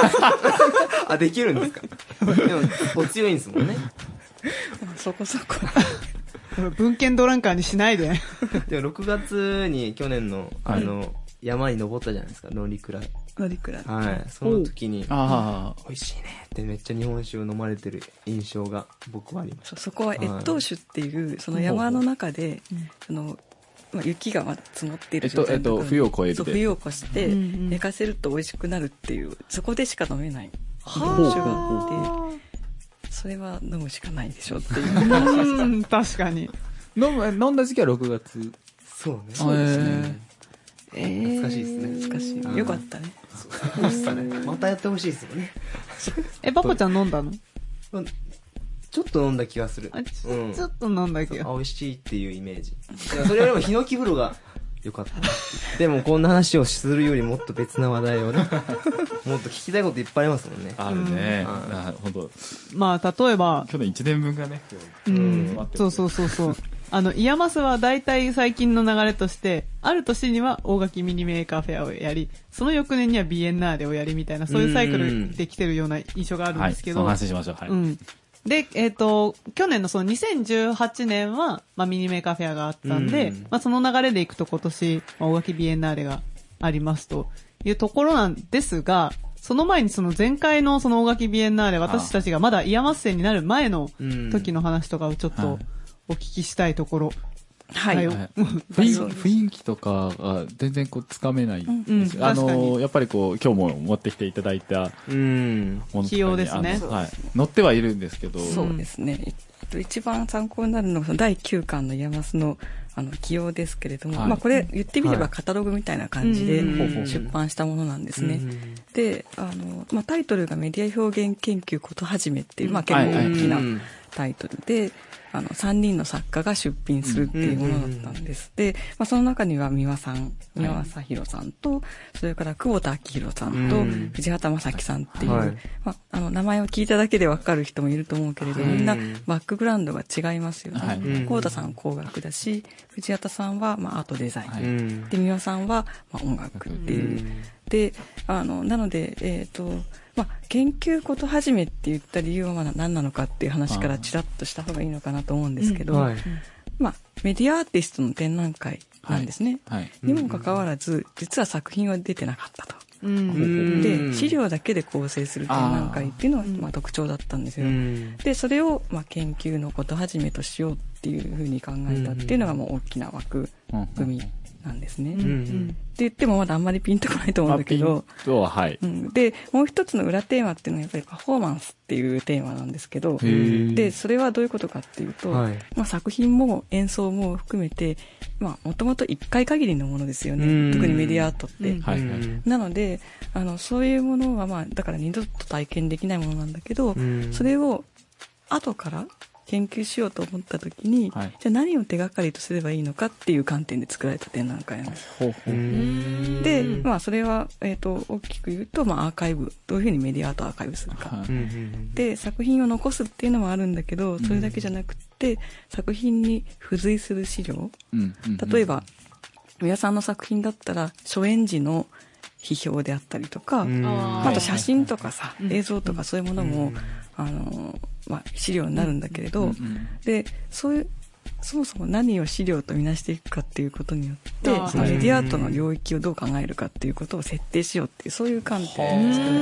S2: あ、できるんですかでも、お強いんですもんね。
S6: そこそこ。
S4: これ文献ドランカーにしないで。
S2: でも、6月に去年の、あ
S5: はい
S2: の、山に登ったじゃないですか、ノリクラ。
S6: 乗りくらい。
S2: はい。その時に、
S5: ああ。
S2: 美味しいねってめっちゃ日本酒を飲まれてる印象が僕はありまし
S6: そうそこは越冬酒っていう、その山の中で、その、まあ、雪がまあ積もっている状態のとこ
S5: えっとえっ
S6: ろに
S5: と冬を越える
S6: そう
S5: で
S6: 冬を越して、
S4: うんうん
S6: 寝かせると美味しくなるっていう、そこでしか飲めない。
S4: は
S6: 酒があって、それは飲むしかないでしょっていう話をしてた
S4: うん、確かに。
S5: 飲む、飲んだ時期は6月。
S2: た。そうね。
S5: そうですね。
S2: 懐かしいですね
S6: 懐かし
S2: うん
S6: い。 よかったね。
S2: そうっすね またやってほしいですよね。
S4: え、パコちゃん飲んだの
S2: うんちょっと飲んだ気がする。
S4: あち
S2: う
S4: ょ
S2: ん
S4: ちょっと飲んだけ
S2: あ
S4: ど。
S2: 美味しいっていうイメージ。いやそれよりもヒノキ風呂が良かった。 でもこんな話をするよりもっと別な話題をね。もっと聞きたいこといっぱいありますもんね。
S5: あるね。
S2: うん
S5: あ本当
S4: まあ、例えば、
S5: 去年1年分がね、
S4: うん
S5: 待って
S4: そうそうそうそう。あの、イヤマスは大体最近の流れとして、ある年には大垣ミニメーカーフェアをやり、その翌年にはビエンナーレをやりみたいな、そういうサイクルできてるような印象があるん
S5: はい、
S4: ですけ
S5: そ
S4: ど、
S5: の話しましょう。はい。
S4: うん。で、えっ、と、去年のその2018年は、まあミニメーカーフェアがあったんで、
S2: うん
S4: まあその流れでいくと今年、まあ、大垣ビエンナーレがありますというところなんですが、その前にその前回のその大垣ビエンナーレ、私たちがまだイヤマッセになる前の
S2: うん
S4: 時の話とかをちょっ
S5: は
S4: と
S5: い
S4: お聞きしたいところ。
S6: はい。
S5: はい 雰囲雰囲気とかが全然こうつかめない、
S4: うん
S5: あ
S4: 確か
S5: の
S4: に
S5: やっぱりこう今日も持ってきていただいた
S2: うん。
S5: ものとかに
S4: 必要ですね
S5: あのはい、乗ってはいるんですけど
S6: そうですね。えっと一番参考になるのが、その第9巻の山須の、あの、起用ですけれども、
S5: はい
S6: まあこれ言ってみればカタログみたいな感じで
S2: うん
S6: 出版したものなんですね。で、あの、まあタイトルがメディア表現研究ことはじめっていう、まあ結構
S5: はい
S6: 大きな
S2: うん
S6: タイトルで、あの、3人の作家が出品するっていうものだったんです。で、まあ、その中には三輪さん、三輪正宏さんと、それから久保田明宏さんと
S2: うん、
S6: 藤畑正樹さんっていう、
S2: はい
S6: まあ、あの、名前を聞いただけでわかる人もいると思うけれど、みんなバックグラウンドが違いますよね。
S5: はい
S6: 久保田さんは工学だし、藤畑さんは、まあ、アートデザイン。
S5: は
S2: う
S5: い
S2: ん。
S6: で、三輪さんは、まあ、音楽って
S2: う
S6: いう。
S2: ん
S6: で、あの、なので、えっ、と、まあ、研究こと始めって言った理由はまだ何なのかっていう話からちらっとした方がいいのかなと思うんですけど、
S2: はい。
S6: まあ、メディアアーティストの展覧会なんですね。
S5: はい。
S2: い
S6: にもかかわらず、実は作品は出てなかったと。
S4: うん。
S2: ん
S6: で、資料だけで構成する展覧会っていうのが、まあ、特徴だったんです
S2: う
S6: よ。
S2: ん。
S6: で、それを、まあ、研究のこと始めとしようっていうふうに考えたっていうのが、もう大きな枠組みなんですね。
S2: う
S6: って
S2: ん。
S6: 言ってもまだあんまりピンとこないと思うんだけど、
S5: パピンとは、はい。
S6: うん、でもう一つの裏テーマっていうのはやっぱりパフォーマンスっていうテーマなんですけど
S5: ー
S6: でそれはどういうことかっていうと、
S2: はい
S6: まあ、作品も演奏も含めてもともと1回限りのものですよ
S2: うん
S6: ね特にメディアアートって。
S4: うん
S5: はい。はい
S2: うん
S6: なのであのそういうものは、まあ、だから二度と体験できないものなんだけど、
S2: うん
S6: それを後から研究しようと思った時に、
S5: はい
S6: じゃあ何を手がかりとすればいいのかっていう観点で作られた展覧会なんです
S5: ほうほ
S2: う
S5: う。
S2: ん
S6: で、まあ、それは、えっ、と、大きく言うと、まあ、アーカイブ、どういうふうにメディアアートをアーカイブするか。
S5: は
S2: う
S5: い
S2: ん
S6: で、作品を残すっていうのもあるんだけど、それだけじゃなくって、作品に付随する資料。
S5: うんうん
S6: 例えば、皆さんの作品だったら、初演時の批評であったりとか、
S2: うん
S4: あー
S6: あと写真とかさ、
S4: い
S6: 映像とかそういうものも、あの、まあ、資料になるんだけれど、で、そういう、そもそも何を資料とみなしていくかっていうことによって、
S4: あー
S6: そのメディアアートの領域をどう考えるかっていうことを設定しようっていう、そういう観点で作られ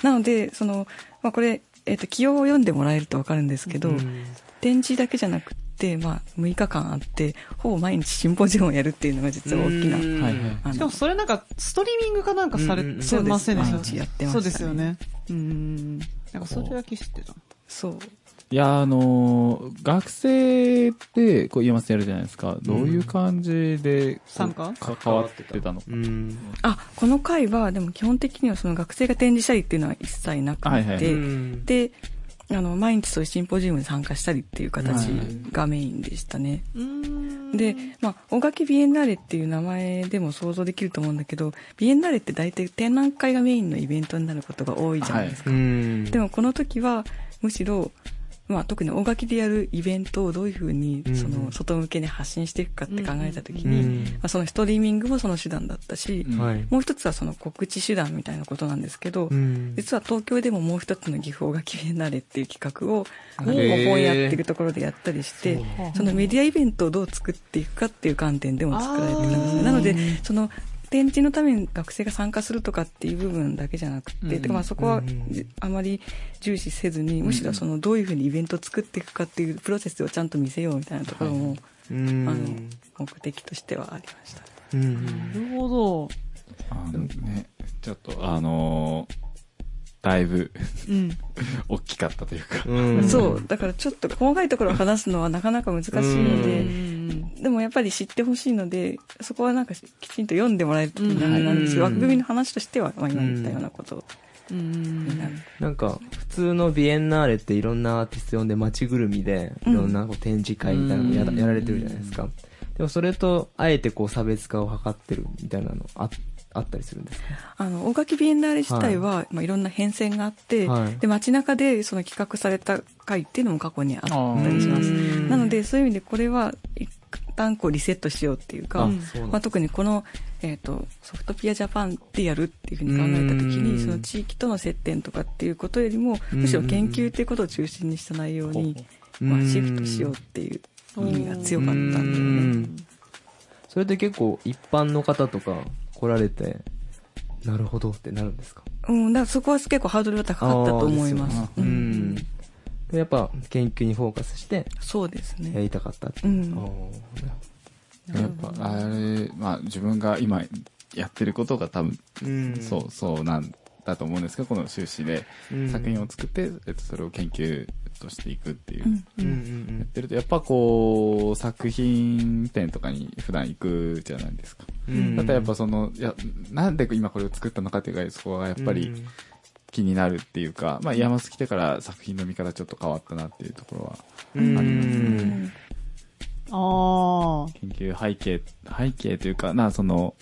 S6: た。なので、その、まあ、これ、えっ、と、起用を読んでもらえるとわかるんですけど、展示だけじゃなくって、まあ、6日間あって、ほぼ毎日シンポジウムをやるっていうのが実は大きな、
S2: うん
S5: はいはい。
S6: あの
S4: しかもそれなんか、ストリーミングかなんかされ
S2: うん
S4: てませんでし
S6: そ
S4: た
S6: うです毎日やってましたね
S4: そうですよね。うん。なんかそれだけ知ってた。
S6: そう。
S5: いや、あのー、学生って、こう、言いますやるじゃないですか。どういう感じで、こう
S4: 参加
S5: 関わってたのか。
S2: うん
S6: あ、この回は、でも基本的にはその学生が展示したりっていうのは一切なくて、
S5: はいはい
S2: うん
S6: で、あの、毎日そういうシンポジウムに参加したりっていう形
S5: はい
S6: がメインでしたね。
S4: うん
S6: で、まあ、大垣ビエンナーレっていう名前でも想像できると思うんだけど、ビエンナーレって大体展覧会がメインのイベントになることが多いじゃないですか。
S2: うん
S6: でもこの時は、むしろ、まあ、特に大垣でやるイベントをどういうふうに
S2: うん、
S6: その、外向けに発信していくかって考えた時
S2: う
S6: に、
S2: ん
S6: まあ、そのストリーミングもその手段だったし、
S5: うん
S2: はい
S6: もう一つはその告知手段みたいなことなんですけど、
S2: うん
S6: 実は東京でももう一つの技法が決めなれっていう企画を、もう
S2: へー
S6: 本やってるところでやったりして、そのメディアイベントをどう作っていくかっていう観点でも作られてたんですね。なので、その、展示のために学生が参加するとかっていう部分だけじゃなくて、
S5: うん
S6: てかまあそこは
S2: うん
S6: じあまり重視せずに、むしろそのどういうふうにイベントを作っていくかっていうプロセスをちゃんと見せようみたいなところも、
S2: うん
S6: あの、目的としてはありました。
S2: うん
S4: なるほど。
S5: あのね、ちょっと、あのー、だいぶ
S4: うん。
S5: 大きかったというか。
S2: うん
S6: そう。だからちょっと細かいところを話すのはなかなか難しいの
S2: う
S6: で、
S4: うん
S6: でもやっぱり知ってほしいので、そこはなんかきちんと読んでもらえるといいななんですけど、
S2: うん
S6: 枠組みの話としては、まあ今言ったようなこと
S4: うん
S6: になる。
S2: なんか普通のビエンナーレっていろんなアーティスト呼んで街ぐるみでいろんなこう展示会みたいなのをやら
S5: うん
S2: やられてるじゃないですかでもそれとあえてこう差別化を図ってるみたいなのああったりするんですか
S6: あの、大垣ビエンナーレ自体は、い、まあいろんな変遷があって、
S2: はい
S6: で、街中でその企画された会っていうのも過去にあったりします。
S2: うん
S6: なので、そういう意味でこれは一旦こうリセットしようっていうか、
S2: そうなん
S6: まあ、
S2: だ
S6: 特にこの、えっとソフトピアジャパンでやるっていうふうに考えた時
S2: うん
S6: にその地域との接点とかっていうことよりも
S2: うん
S6: むしろ研究っていうことを中心にした内容に、
S2: うん
S6: まあ、シフトしようっていう意味が強かったんだよ
S2: う
S6: ね。
S2: んそれで結構一般の方とか来られてなるほどってなるんですか
S6: うん、だからそこは結構ハードルが高かったと思います。
S2: あーです
S6: う
S2: よね
S6: ん、
S2: うんやっぱ研究にフォーカスして
S6: そうです
S2: や
S6: ね。
S2: りたかったって
S6: う
S2: い
S6: ん
S2: あーな
S5: やっぱ、あれ、まあ自分が今やってることが多分、
S2: うん
S5: そう、そうなんだと思うんですけど、この修士で
S2: うん
S5: 作品を作って、えっと、それを研究としていくっていう。
S6: うん
S2: うんうん
S5: やってると、やっぱこう、作品展とかに普段行くじゃないですか。
S2: うんうん
S5: だったらやっぱその、いや、なんで今これを作ったのかっていうか、そこはやっぱり、気になるっていうか、まあ、山ス来てから作品の見方ちょっと変わったなっていうところは、
S2: うーん。
S4: あ
S5: 研究背景、背景というか、な、その、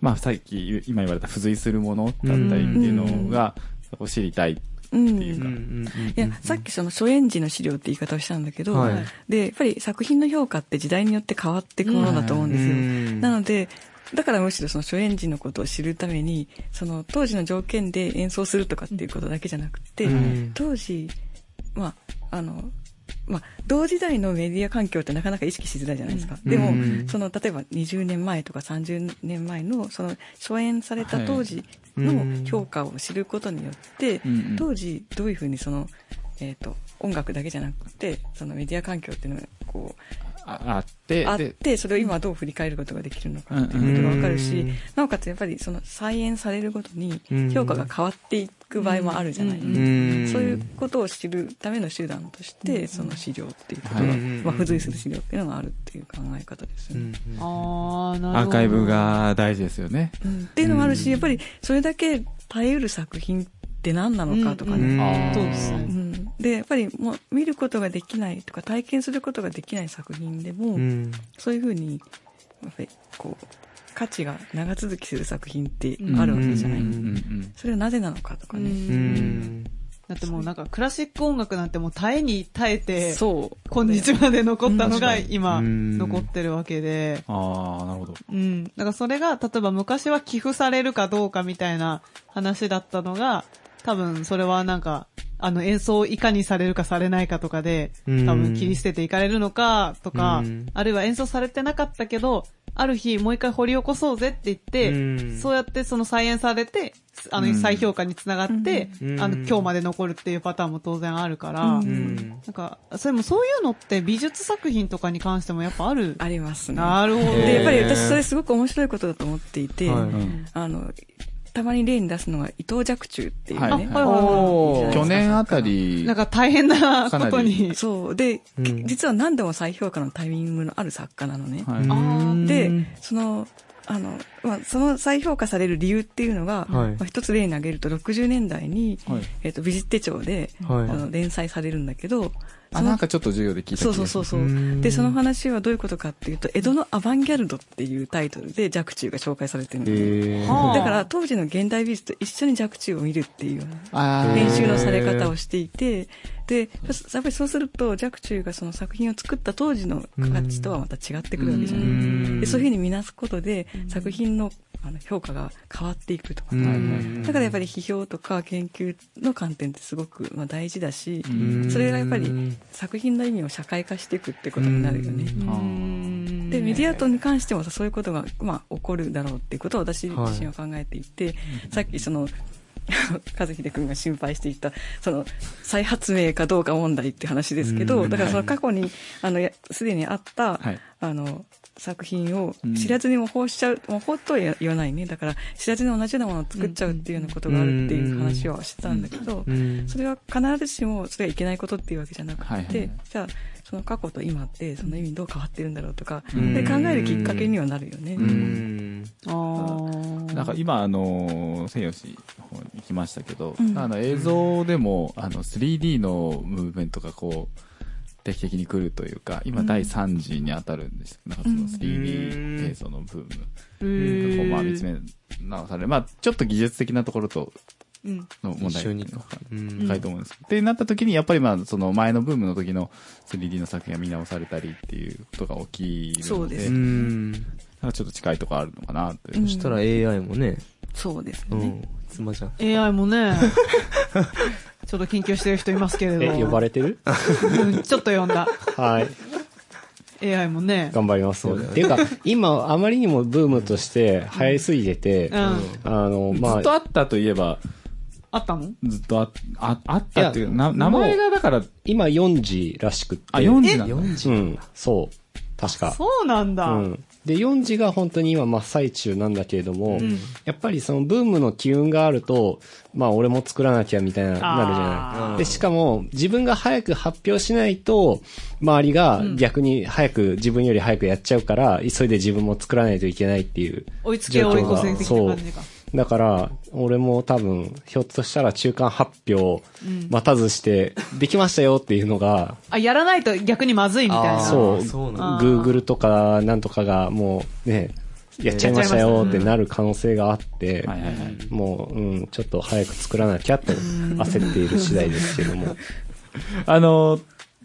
S5: まあ、さっき、今言われた付随するものだったりっていうのが、を知りたいって
S6: うんうん
S5: いう
S2: うん
S5: か、
S2: うん
S6: いや、さっきその初演時の資料って言い方をしたんだけど、
S2: はい
S6: で、やっぱり作品の評価って時代によって変わっていくものだと思うんですよ。
S2: うん
S6: なので、だからむしろその初演時のことを知るために、その当時の条件で演奏するとかっていうことだけじゃなくて、
S2: うん
S6: 当時、まあ、あの、まあ、同時代のメディア環境ってなかなか意識しづらいじゃないですか。
S2: うん
S6: でも、
S2: うん
S6: その、例えば20年前とか30年前の、その、初演された当時
S2: は
S6: の
S2: い
S6: 評価を知ることによって、
S5: うんうん
S6: 当時どういうふうにその、えっ、と、音楽だけじゃなくて、そのメディア環境っていうのが、こう、
S5: ああって、
S6: あっ
S5: で、
S6: て、それを今どう振り返ることができるのかっていうことがわかるし、
S2: うん
S6: なおかつやっぱりその再演されるごとに
S2: うん
S6: 評価が変わっていく場合もあるじゃない。
S4: う
S2: うん
S6: そういうことを知るための手段として、その資料っていうことが、
S5: はい
S6: まあ、付随する資料っていうのがあるっていう考え方ですよね。
S4: あ。ああ、なるほど。
S5: アーカイブ。が大事ですよね。
S6: うんっていうのもあるし、やっぱりそれだけ耐えうる作品って何なのかとか
S4: う
S6: ね。
S4: ん
S5: あー
S4: そうです
S6: う
S4: ね。
S6: んで、やっぱりもう見ることができないとか体験することができない作品でも、
S2: うん
S6: そういうふうに、やっぱりこう、価値が長続きする作品ってあるわけじゃない。
S2: うん
S5: うんうん。
S6: それはなぜなのかとかね。
S2: う
S4: うん
S2: ん
S4: だってもうなんかクラシック音楽なんてもう耐えに耐えて、
S6: そう。
S4: 今日まで残ったのが
S5: うん
S4: 今
S2: うん
S4: 残ってるわけで、
S5: ああ、なるほど。
S4: うん。だからそれが、例えば昔は寄付されるかどうかみたいな話だったのが、多分それはなんか、あの演奏をいかにされるかされないかとかで、
S2: うん
S4: 多分切り捨てていかれるのかとか
S2: うん、
S4: あるいは演奏されてなかったけど、ある日もう一回掘り起こそうぜって言って、
S2: うん
S4: そうやってその再演されて、あ
S5: う
S4: の
S5: ん
S4: 再評価につながって、
S2: うん
S4: あの今日まで残るっていうパターンも当然あるから、
S6: うん
S2: うん
S4: なんか、それもそういうのって美術作品とかに関してもやっぱある。
S6: ありますね。
S4: なるほど。
S6: で、やっぱり私それすごく面白いことだと思っていて、
S2: はい
S5: うん
S6: あの、たまに例に出すのが伊藤若冲っていう
S5: は
S6: ね。
S5: い
S4: あはいはいはい
S2: おー
S5: 去年あたり、
S4: なんか大変なことに。
S6: そう。で、
S2: うん
S6: 実は何度も再評価のタイミングのある作家なのね。
S5: はい
S4: ー
S6: で、その、あの、まあ、その再評価される理由っていうのが、
S2: はい
S6: まあ、一つ例に挙げると、60年代に、
S5: はい
S6: えっ、と、美術手帳で、
S2: はい
S6: あの、連載されるんだけど、
S5: あ、なんかちょっと授業で聞いた気が
S6: そうそうそう
S5: そ
S6: そう。で、その話はどういうことかっていうと、江戸のアバンギャルドっていうタイトルで若冲が紹介されてるんだよね
S5: へー
S4: はあ
S6: だから、当時の現代美術と一緒に若冲を見るっていうような
S5: あー
S6: 編集のされ方をしていて、で、やっぱりそうすると、若冲がその作品を作った当時の形とはまた違ってくるわけじゃない。
S2: ん
S6: でそういうふうに見なすことで、作品のあの評価が変わっていくとか、
S2: うん
S6: だからやっぱり批評とか研究の観点ってすごくまあ大事だし、
S5: うん
S6: それがやっぱり作品の意味を社会化していくってことになるよね。
S5: あー
S6: で、メディアとに関してもさそういうことが、まあ、起こるだろうっていうことを私
S2: はい
S6: 自身は考えていて、さっきその、 和秀君が心配していた、その、再発明かどうか問題って話ですけ
S2: う
S6: ど、
S2: ん
S6: だからその過去に、あの、やすでにあった、
S5: はい
S6: あの、作品を
S5: うん
S6: 知らずに模倣しちゃう、模倣とは言わないね。だから、知らずに同じようなものを作っちゃうっていうようなことがあるっていう話はしてたんだけど、
S2: うん
S6: それは必ずしもそれはいけないことっていうわけじゃなくて、
S5: はいはいはい
S6: じゃあその過去と今ってその意味どう変わってるんだろうとか、
S5: ん
S6: で考えるきっかけにはなるよね。
S2: うん
S4: あー
S5: なんか今、あの、西洋市の方に行きましたけど、
S6: うん
S5: あの映像でも、あの、3D のムーブメントがこう、定期的に来るというか、今第3次に当たるんですなんかその
S2: うん
S5: 3D 映像のブームがこ
S4: う
S5: う、
S4: ーん
S5: まあ見つめ直される。まあ、ちょっと技術的なところと
S4: うん
S5: の問題
S2: 一緒に
S5: とか
S2: うん
S5: 高いと思うんですけど。ってなった時に、やっぱりまあ、その前のブームの時の 3D の作品が見直されたりっていうことが起きるので、
S6: そうです
S2: う
S5: なん
S2: ん
S5: かちょっと近いところあるのかなという。
S6: うん
S2: そしたら AI もね
S6: そうです
S2: う
S6: ね。
S2: ん妻じゃん
S4: AI もね、 ちょっと研究してる人いますけれど。
S1: え、呼ばれてる
S4: うんちょっと呼んだ。
S1: はい。
S4: AI もね。
S1: 頑張ります。っていうか、今、あまりにもブームとして流行りすぎてて、
S4: うん
S1: あの、
S5: ず
S1: ま
S5: っと
S1: あ、
S5: あったといえば、
S4: あったの
S5: ずっとあああったっていうな、名前がだから、
S1: 今4時らしくって。
S5: あ、4時なんだ。
S2: 4
S1: う
S2: 時
S1: ん、そう。確か。
S4: そうなんだ。
S1: うん。で、4時が本当に今真っ最中なんだけれども、
S4: ん
S1: やっぱりそのブームの機運があると、まあ俺も作らなきゃみたいな、なるじゃ
S4: あ
S1: な
S4: ー
S1: い。で、しかも自分が早く発表しないと、周りが逆に早く、自分より早くやっちゃうから、急いで自分も作らないといけないっていう。
S4: 追いつけ追い越せ的な感じか。
S1: そうだから、俺も多分、ひょっとしたら中間発表待たずして、できましたよっていうのが、
S4: あ、やらないと逆にまずいみたいな。
S2: あー
S1: そう、
S2: そう
S4: なんだ
S1: Google とかなんとかがもうね、やっちゃいましたよってなる可能性があって、
S5: はいはいはい。
S1: もう、うん、ちょっと早く作らなきゃって焦っている次第ですけども。
S5: あの、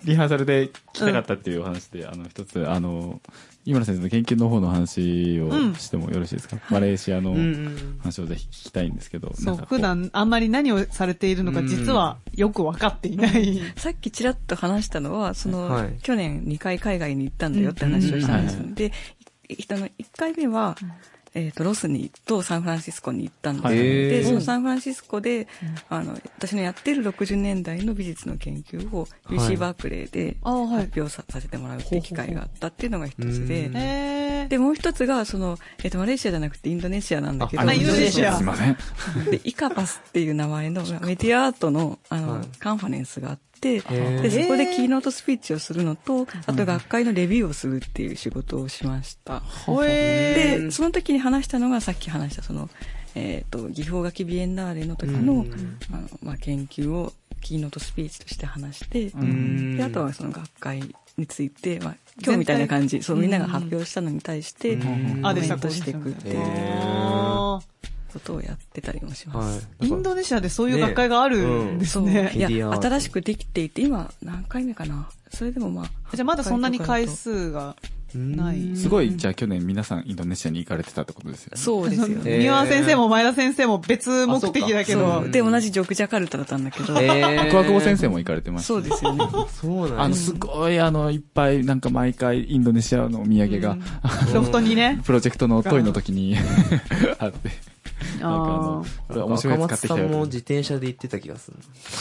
S5: リハーサルで聞きたかったっていうお話で、あの、一つ、あの、井村先生の研究の方の話を
S4: うん
S5: してもよろしいですか、マレーシアの
S2: うん
S5: 話をぜひ聞きたいんですけど。
S4: そ
S5: な
S4: う、
S5: んかこ
S4: 普。段あんまり何をされているのか実はよくわかっていない。
S6: さっきちらっと話したのは、その、
S2: はい
S6: 去年2回海外に行ったんだよって話をしたんですよね。で、いいあの1回目は、えっ、と、ロスにとサンフランシスコに行ったんですよ、
S5: はい
S2: へー
S6: で、そのサンフランシスコで、あの、私のやってる60年代の美術の研究を
S2: い
S6: UC バークレーで
S4: あーはい
S6: 発表ささせてもらうっていう機会があったっていうのが一つ
S2: う
S6: で
S2: ん、
S4: えー
S6: で、もう一つが、その、えっ、と、マレーシアじゃなくてインドネシアなんだけど、
S4: あインドネシア
S5: すいません。
S6: で、イカパスっていう名前のメディアアートのあの、
S2: はい
S6: カンファレンスがあって、
S2: ー
S6: で、そこでキーノートスピーチをするのと、あと学会のレビューをするっていう仕事をしました。
S4: ほえ
S6: で、その時に話したのがさっき話したその、えっ、と、技法書きビエンナーレの時の、
S2: うん
S6: あの、まあ、研究をキーノートスピーチとして話して、
S2: ん
S6: で、あとはその学会について、まあ、今日みたいな感じ、そう、みんなが発表したのに対して、
S2: うん
S6: コメ
S4: あでした
S6: ントしていくって
S4: ー
S2: へ
S6: いう
S2: ー
S4: あ
S6: ことをやってたりもします。
S2: は
S4: ー
S2: い。
S4: インドネシアでそういう学会があるんです
S6: そう。
S4: ね。
S6: いや、
S2: PDR
S6: 新しくできていて、今何回目かな。それでもまあ。
S4: じゃあまだそんなに
S6: 8
S4: 回
S6: 回とかだ
S4: 数が
S2: うん
S4: ない。
S5: すごい、じゃあ去年皆さんインドネシアに行かれてたってことですよ
S6: と。
S5: ね。
S6: そうですよ ね。
S2: えー
S4: 三輪先生も前田先生も別目的だけ
S6: そ
S4: ど
S6: う。。で、同じジョクジャカルタだったんだけど。
S2: え
S5: 白ク先生
S2: 生。
S5: も行かれてました
S6: そうですよね。
S2: そうな
S5: あ
S2: ん
S5: の、
S2: です
S5: ごい、あの、いっぱい、なんか毎回、インドネシアのお土産が、
S4: ロフトにね。
S5: プロジェクトのトイの時に、 あって、
S4: あ
S5: なんかあの
S4: ー、
S5: これ
S2: す。
S5: 面白いやつ買ってきた
S2: さんも
S5: よ。
S2: 自転車で行ってた気がす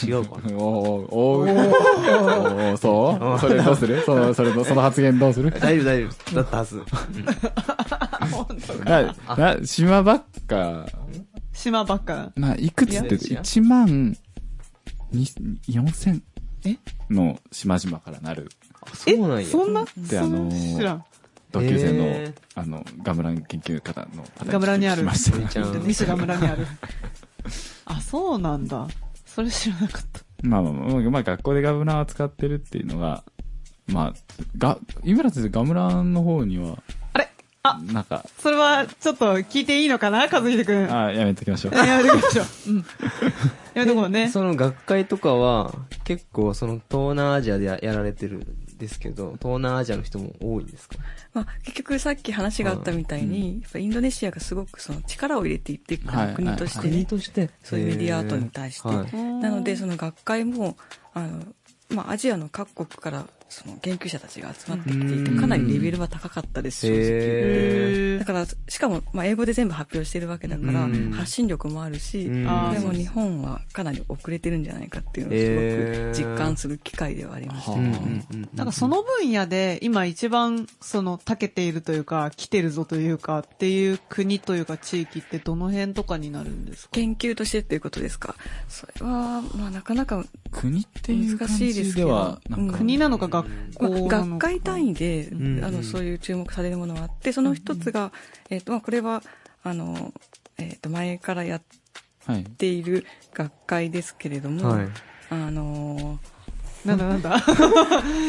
S2: る。違うかな。
S5: おーおーおーおーそうそれどうするその、そ れの、その発言どうする
S2: 大丈夫大丈夫。だったはず。
S5: な、な、島ばっか、
S4: 島ばっか。
S5: まあ、いくつって、
S2: いや
S5: 1万、に4000、えの島々からなる
S2: あそうなんや。
S4: そんな
S5: であのー
S4: 知らん。
S5: 同級生の、
S2: へー
S5: あの、ガムラン研究方の方に
S4: ガムランにあ
S5: 聞
S4: る
S5: きました
S2: みーち ゃん。
S4: 西が村にある。あ、そうなんだ。それ知らなかった。
S5: まあまあまあ、まあ、学校でガムランを使ってるっていうのが、まあ、が、井村先生、ガムランの方には、
S4: あれあ、
S5: なんか、
S4: それはちょっと聞いていいのかな和秀くん。や
S5: あやめときましょう。
S4: めとこましょう。うん。やめとこうね。
S2: その学会とかは、結構その東南アジアでややられてるんですけど、東南アジアの人も多いんですか
S6: まあ、結局さっき話があったみたいに、やっぱインドネシアがすごくその力を入れていって、
S5: はいはい
S6: 国として
S2: 国
S6: ね、
S2: として。
S6: そういうメディアアートに対して。
S2: へーはい
S6: なので、その学会も、あの、まあ、アジアの各国から、その研究者たちが集まってきていて、かなりレベルは高かったです、正直。
S2: へ
S6: だから、しかも、まあ、英語で全部発表してるわけだから、発信力もあるし、
S2: うん
S6: で
S4: あー
S6: も日本はかなり遅れてるんじゃないかっていうの
S2: へー
S6: をすごく実感する機会ではありました。
S2: うんうんうん
S4: なんかその分野で今一番その長けているというか、来てるぞというか、っていう国というか地域ってどの辺とかになるんですか
S6: 研究としてっていうことですかそれは、まあ、なかなか、
S5: 国っていう感じでは、
S6: 難しいですけど
S5: なんか、
S4: 国なのか学
S6: まあ
S4: 校なのか。
S6: 学会単位で、
S2: ん
S6: あの、そういう注目されるものはあって、その一つが、えっ、と、まあ、これは、あの、えっ、と、前からやっ
S5: はい。
S6: ている学会ですけれども、
S2: はい。
S6: あの、
S4: なんだなんだ。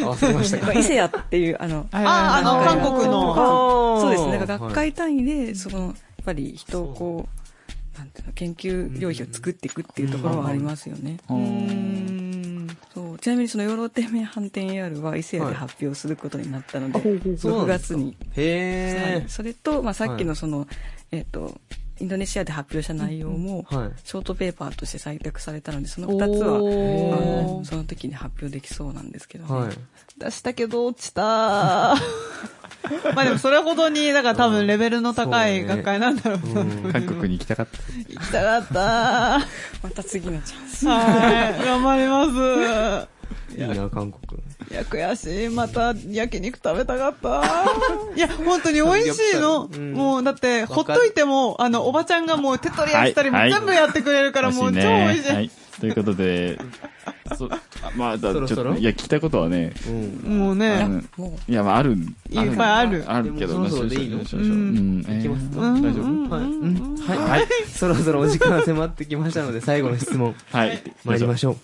S2: 忘れました
S6: まあ伊勢屋っていう、あの、
S4: あ、あの、韓国の。
S6: そうですね。だから学会単位で、その、やっぱり人をこう、なんていうの、研究領域を作っていくっていうところはありますよね。
S5: う
S4: うー
S5: ん
S4: ん。
S6: そうちなみにその養老天命反転 AR は伊勢屋で発表することになったので、6月に。は
S2: へ
S6: いそれと、まあ、さっきのその、えっ、と、インドネシアで発表した内容も、
S2: ー。はい。
S6: ショートペーパーとして採択されたので、その2つは、あ
S4: おー
S6: のその時に発表できそうなんですけどね。
S2: はい。
S4: 出したけど落ちた。 まあでもそれほどに、だから多分レベルの高い学会なんだろうな。
S5: 韓国に行きたかった。
S4: 行きたかった。は
S6: また次のチャンス。
S4: い。頑張ります。
S2: いいな、韓国。
S4: いや、悔しい。また、焼肉食べたかった。いや、本当に美味しいの。
S2: うん
S4: も う、だって、ほっといても、あの、おばちゃゃんがもう手取り足したり、
S5: はい
S4: 全部やってくれるから、もう超美味しい。
S5: はい。ということで、そあまあ、だ
S2: そろ
S5: ちょ
S2: そ
S5: っ
S2: ろ
S5: と、いや、聞きたいことはね、
S2: うん。
S4: もうね、
S5: うん
S6: もう
S5: いや、まあ、ある。
S4: いっぱいある。
S5: あるけど、
S2: でもそろそろでいいの
S5: まあ少々少々
S4: うん
S5: うんえー
S2: いきますか
S5: 大丈
S4: うん
S5: 夫
S2: はい。
S4: うん
S2: うんはい。はい。そろそろお時間が迫ってきましたので、最後の質問、
S5: はい。
S2: 参りま
S5: し
S2: しょう。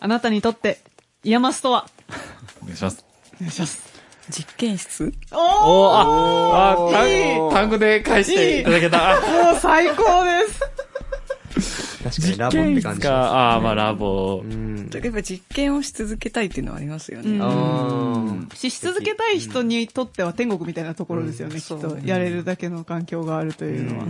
S4: あなたにとって、イヤマスとは
S5: ょう。お願いします。
S4: お願いします。
S6: 実験室
S4: お
S5: おあ、あ、単
S4: い
S5: 語単語で返していただけた。あ
S4: ーもう最高です。
S2: 確かにラボって感じです。
S5: か。あー、まあ、ラボ
S2: う。ん。
S6: 例えば実験をし続けたいっていうのはありますよね。
S4: うん
S2: あ
S4: しし続けたい人にとっては天国みたいなところですよね、
S6: うん
S4: きっ
S6: そう
S4: と
S6: ね。
S4: やれるだけの環境があるというのは。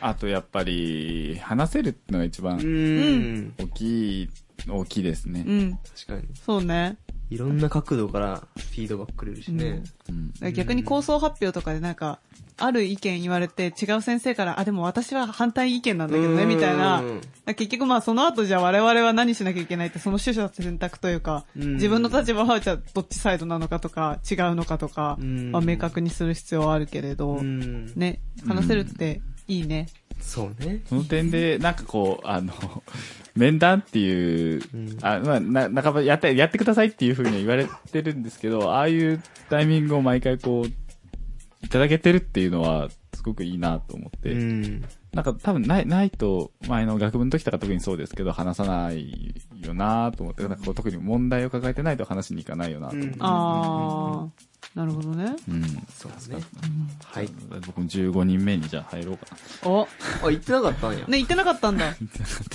S5: あと、やっぱり、話せるってのが一
S2: ー。う
S5: 番
S2: ん。
S5: 大きい、大きいですね
S4: う。ん、
S2: 確かに。
S4: そうね。
S2: いろんな角度からフィードバックくれるしね。
S5: うん
S4: だから逆に構想発表とかでなんか、ある意見言われて違う先生から、あ、でも私は反対意見なんだけどね、
S2: うん
S4: みたいな。だから結局まあその後じゃあ我々は何しなきゃいけないって、その取捨選択というか、
S2: うん
S4: 自分の立場はじゃあどっちサイドなのかとか、違うのかとか
S2: うん
S4: は明確にする必要はあるけれど、
S2: うん。
S4: ね、話せるっていいね。
S2: そうね。
S5: その点で、なんかこう、あの、面談っていう、あまあ、な、半ばやって、やってくださいっていうふうには言われてるんですけど、ああいうタイミングを毎回こう、いただけてるっていうのは、すごくいいなと思って。
S2: うん。
S5: なんか多分ない、ないと、前の学部の時とか特にそうですけど、話さないよなと思って、なんかこう特に問題を抱えてないと話しに行かないよなと思って。
S2: うん
S4: あー、なるほどね。
S5: うん。
S2: そうですね。はい。
S5: 僕も15人目にじゃあ入ろうかな。
S4: お、
S2: あ、言ってなかったんや。
S4: ね、行ってなかったんだ。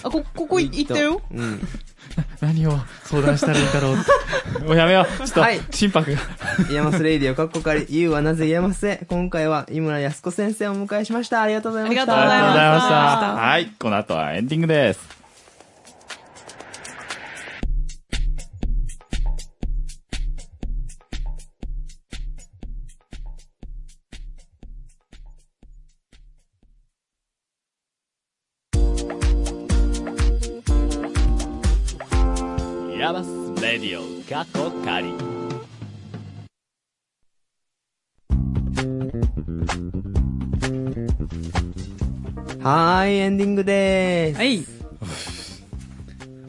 S4: あ、こ、ここ行ったよ。
S2: うん。
S5: 何を相談したらいいんだろうって。 もうやめよう。ちょ
S2: はい
S5: っと、心拍が。
S2: イヤマスレイディオかっこ かり、ゆうはなぜイヤマスへ。今回は井村康子先生をお迎えしました。ありがとうございました。
S4: ありがとうございま
S5: ありがとう
S4: した
S5: ございましたはい、この後はエンディングです。ヤバスレディオ過去仮
S2: はーい、エンディングでーす。
S4: はい。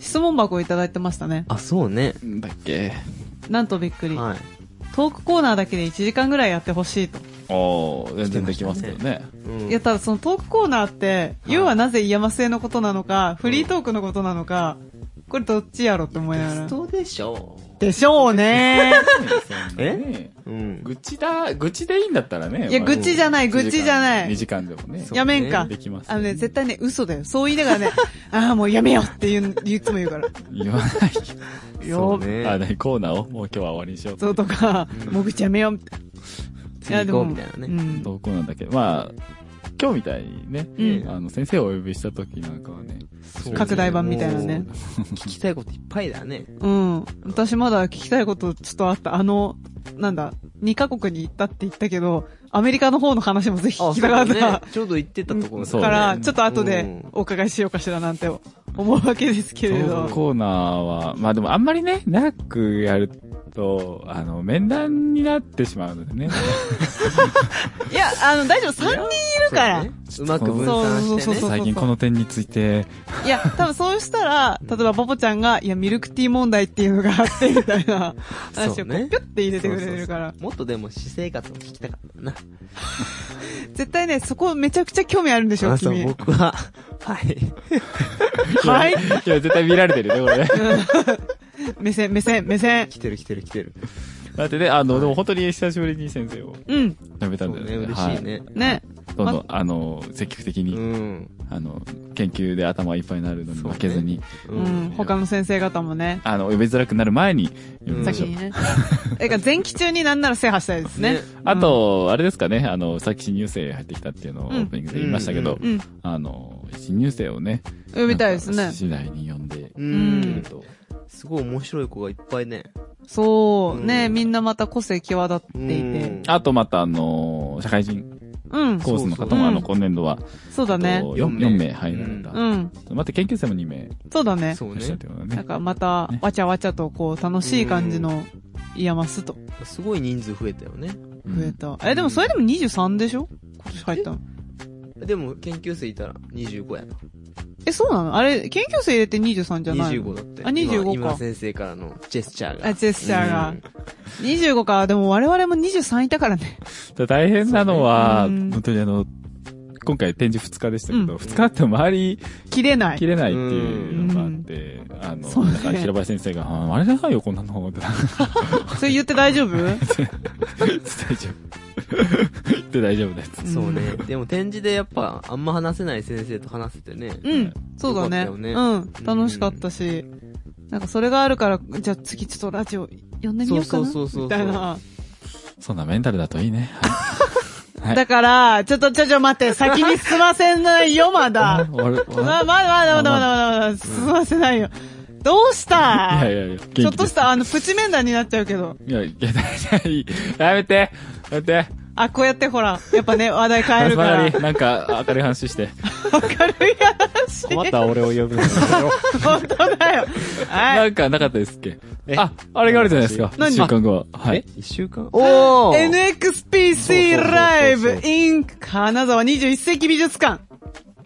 S4: 質問箱いただいてましたね。
S2: あ、そうね。
S5: なんだっけ
S4: なんとびっくり。
S2: は
S4: トークコーナーだけで1時間ぐらいやってほしいと。
S5: おー全然できますけどね
S2: い。うん
S4: いや、ただそのトークコーナーって、要はなぜイヤマスのことなのか、フリートークのことなのか、これどっちやろって思いながら。
S2: そうでしょ
S4: でしょう ね。
S5: え
S2: う。うん。
S5: 愚痴だ、愚痴でいいんだったらね。
S4: いや
S5: まあ
S4: 愚痴じゃない
S5: 一時間
S4: 愚痴じゃない
S5: 二時間でもね。
S4: やめんか
S5: できます。
S4: あのね、絶対ね、嘘だよ。そう言いな がらね、ああ、もうやめようって言う、いつも言うから。
S5: 言わない。
S2: そうね。
S5: あ、何コーナーをもう今日は終わりにしよう。
S4: そうとか、もぐちやめようみたいな。
S2: 次行こうみたいなね
S4: うん
S5: どうこうなんだけど、まあ、今日みたいにね、
S4: うん
S5: あの、先生をお呼びした時なんかはね、
S2: そう
S4: 拡大版みたいなね
S2: もう聞きたいこといっぱいだね。
S4: うん。私まだ聞きたいことちょっとあった。あの、なんだ、2カ国に行ったって言ったけど、アメリカの方の話もぜひ聞きたかった。
S2: ね。ちょうど言ってたところ
S5: そうね
S4: から、ちょっと後
S2: う
S4: で
S2: ん
S4: お伺いしようかしらなんて思うわけですけれ
S5: どう
S4: ど。
S5: コーナーは、まあでもあんまりね、長くやると、あの、面談になってしまうのでね。
S4: いや、あの、大丈夫、3人いるから。
S2: うまく分散して
S4: そうそうそう
S2: ね。
S5: 最近この点について、
S4: いや、多分そうしたら、例えばポポちゃんが、いや、ミルクティー問題っていうのがあって、みたい な話
S2: そう
S4: をこ
S2: ね
S4: う、ぴょって入れてくれるから。
S2: もっとでも私生活も聞きたかったな。
S4: 絶対ね、そこめちゃくちゃ興味あるんでしょ、
S2: あ、そう、
S4: 君。
S2: 僕は、はい。
S4: はい。
S5: いや、絶対見られてるね、これね。
S4: 目線、目線、目線。
S2: 来てる来てる来てる。
S5: だってね、あの、でも本当に久しぶりに先生を
S4: うん。
S5: 食べた
S2: そ
S5: ん
S2: う
S5: だよ
S2: ね、
S5: ね。
S2: 嬉
S5: は
S2: しい
S5: い
S2: ね。
S4: ね。
S5: どんどん、あの、積極的に、
S2: うん。
S5: あの、研究で頭いっぱいになるのに負けずに、
S2: う。
S4: うんん。他の先生方もね。
S5: あの、呼びづらくなる前に読みましょう。
S4: 先にね。え、か前期中になんなら制覇したいですね
S2: ね。
S5: あと、あれですかね、あの、さっき新入生入ってきたっていうのをオ
S4: うん
S5: ープニングで言いましたけど
S4: う、ん。
S5: あの、新入生をね、
S4: 読みたいです
S5: なん
S4: ね
S5: か。次第に呼んで
S2: う
S5: みる
S2: ん。
S5: と。
S2: すごい面白い子がいっぱいね。
S4: そう。
S2: うん
S4: ねみんなまた個性際立っていて。
S5: あとまた、あの、社会人
S4: うん。
S5: コースの
S2: そう
S5: 方
S2: そう
S5: も、あの、今年度は、
S4: そうだね。
S5: 4
S2: 四名
S5: 名入られた
S4: う。ん。
S5: また研究生も2名い
S4: そうだね。
S2: そう
S5: らっしゃる
S2: ね
S5: って。ことだ
S4: なん
S5: ね。
S4: かまた、わちゃわちゃとこう、楽しい感じの、イヤマスと
S2: すごい人数増えたよね。
S5: うん
S4: 増えた。え、でもそれでも23でしょ今年入ったの。
S2: でも、研究生いたら25やな。
S4: え、そうなのあれ、研究生入れて23じゃないの
S2: 25だって。
S4: あ25か
S2: 今今先生からのジェスチャーが。
S4: あ、ジェスチャー
S2: う
S4: が
S2: ん。
S4: 25か。でも我々も23いたからね。
S5: だから大変なのは、
S4: そうねうん
S5: 本当にあの、今回展示2日でしたけど、
S4: うん
S5: 2日あっても周り
S4: 切れない
S5: 切。れないっていうのがあって、あの、
S4: そうね
S5: だから平林先生が、ああれだよ、こんなの。って
S4: それ言って大丈夫
S5: 大丈夫。 言って大丈夫です。
S2: そうね。でも展示でやっぱ、あんま話せない先生と話せてね。
S4: うん。そうだね
S2: よかった
S4: う
S2: よ
S4: ん。楽しかったし。なんかそれがあるから、じゃあ次ちょっとラジオ呼んでみようかな。
S2: そうそうそうそう
S4: みたいな。
S5: そんなメンタルだといいね。はい
S4: だから、ちょっとちょちょ待って、先に進ませないよ、まだ。
S5: 終わる終
S4: ま
S5: わ
S4: だまだまだまだまだまだ、進ませないよ。どうした
S5: るいやいやいや、元気
S4: ちょっと
S5: で
S4: し
S5: す
S4: た、あの、プチ面談になっちゃうけど。
S5: いや、いや、いややめてやめて
S4: あ、こうやってほら、やっぱね、話題変え
S5: 松
S4: るか
S5: 原
S4: ら。
S5: に、なんか、明るい話して。
S4: 軽い話。
S1: 困ったら俺を呼 ぶんだよ。
S4: 本当だよ。は。
S5: ないんか、なかったですっけ
S1: え
S5: あ、あれがあるじゃないですか。
S4: 何
S5: 一週間後は。はい。
S2: 一週間おー
S4: NXPC
S1: そうそうそうそう
S4: ライブ in 金沢21世紀美術館。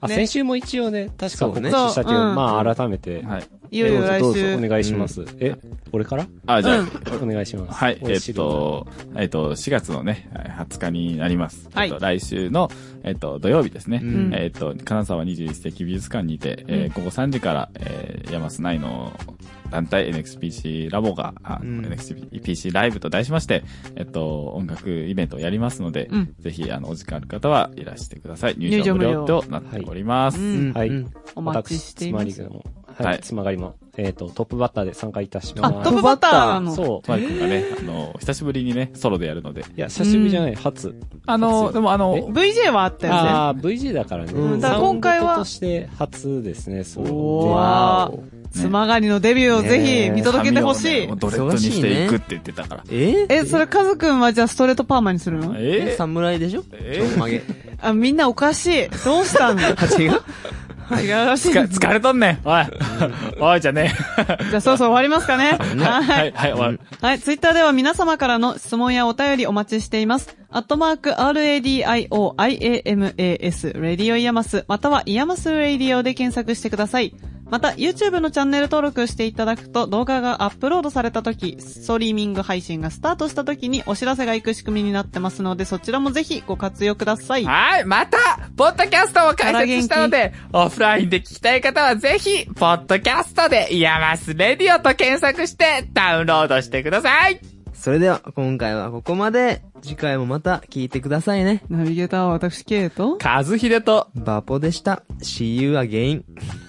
S1: あ、
S4: ね
S1: 先週も一応ね、確か告知したけ
S4: そう
S1: ど、
S4: うん
S1: まあ改めて。
S5: はい。
S4: いよいよ来
S1: どうぞ
S4: 週。
S1: お願いします。え、俺から
S5: あ、じゃあ、
S1: お願いします。
S5: はい、
S1: お
S5: え
S1: い
S5: っ
S1: しいの
S5: と、えっと、4月のね、20日になります。
S4: はい
S5: えっと来週の、えっと、土曜日ですね。
S4: ん
S5: えっと、金沢21世紀美術館にて、えー午後3時から、えー、山須内の団体 NXPC ラボが、あ NXPC ライブと題しまして、えっと、音楽イベントをやりますので、
S4: うん
S5: ぜひ、あの、お時間ある方はいらしてください。入
S4: 入場
S5: 場
S4: 無
S5: 無
S4: 料
S5: 料となっております。
S4: うん
S1: は
S2: う
S1: い
S2: ん。
S4: お待ちしています
S1: 私つまりでも、は、
S5: はいい
S1: つまがりも、えっと、トップバッターで参加いたし
S4: あ、
S1: ます。
S4: トップバッターなの。
S1: そ
S5: トマリ君がね、あの、久しぶりにね、ソロでやるので。
S1: う。いや、久しぶりじゃない、初。
S5: あの、でもあの、
S4: VJ はあったよね。
S1: ああ、VG だからね。
S2: うん
S4: だから今回は
S1: サウンドとして初ですね、そう。
S4: お
S1: わ
S4: ーつまがりのデビューをぜひ見届けてほし
S5: 髪をね
S4: い
S5: もう。ドレッドにしていくって言ってたから。
S2: え
S4: え、それカズくんはじゃあストレートパーマにするの
S5: えー
S2: 侍でしょ
S5: え
S2: ちょんまげ。
S4: あ、みんなおかしい。どうしたの
S2: 違う
S4: 違うらし
S5: つ
S4: い。じ
S5: か疲
S4: ゃ
S5: れとんねんおいおいじゃね
S4: あそろそろ終わりますかね。
S5: えは
S4: はい
S5: い、。はい、終わる。
S4: はい、ツイッターでは皆様からの質問やお便りお待ちしています。アットマーク、RADIOIAMAS、レディオイヤマス、またはイヤマスレディオで検索してください。また、YouTube のチャンネル登録していただくと、動画がアップロードされた時、ストリーミング配信がスタートした時にお知らせが行く仕組みになってますので、そちらもぜひご活用ください。
S3: はい、また、ポッドキャストも開設したので、オフラインで聞きたい方はぜひ、ポッドキャストで、イヤマスレディオと検索して、ダウンロードしてください。
S2: それでは、今回はここまで。次回もまた聞いてくださいね。
S4: ナビゲーターは私、ケイと、
S5: 和秀と、
S2: バポでした。See you again.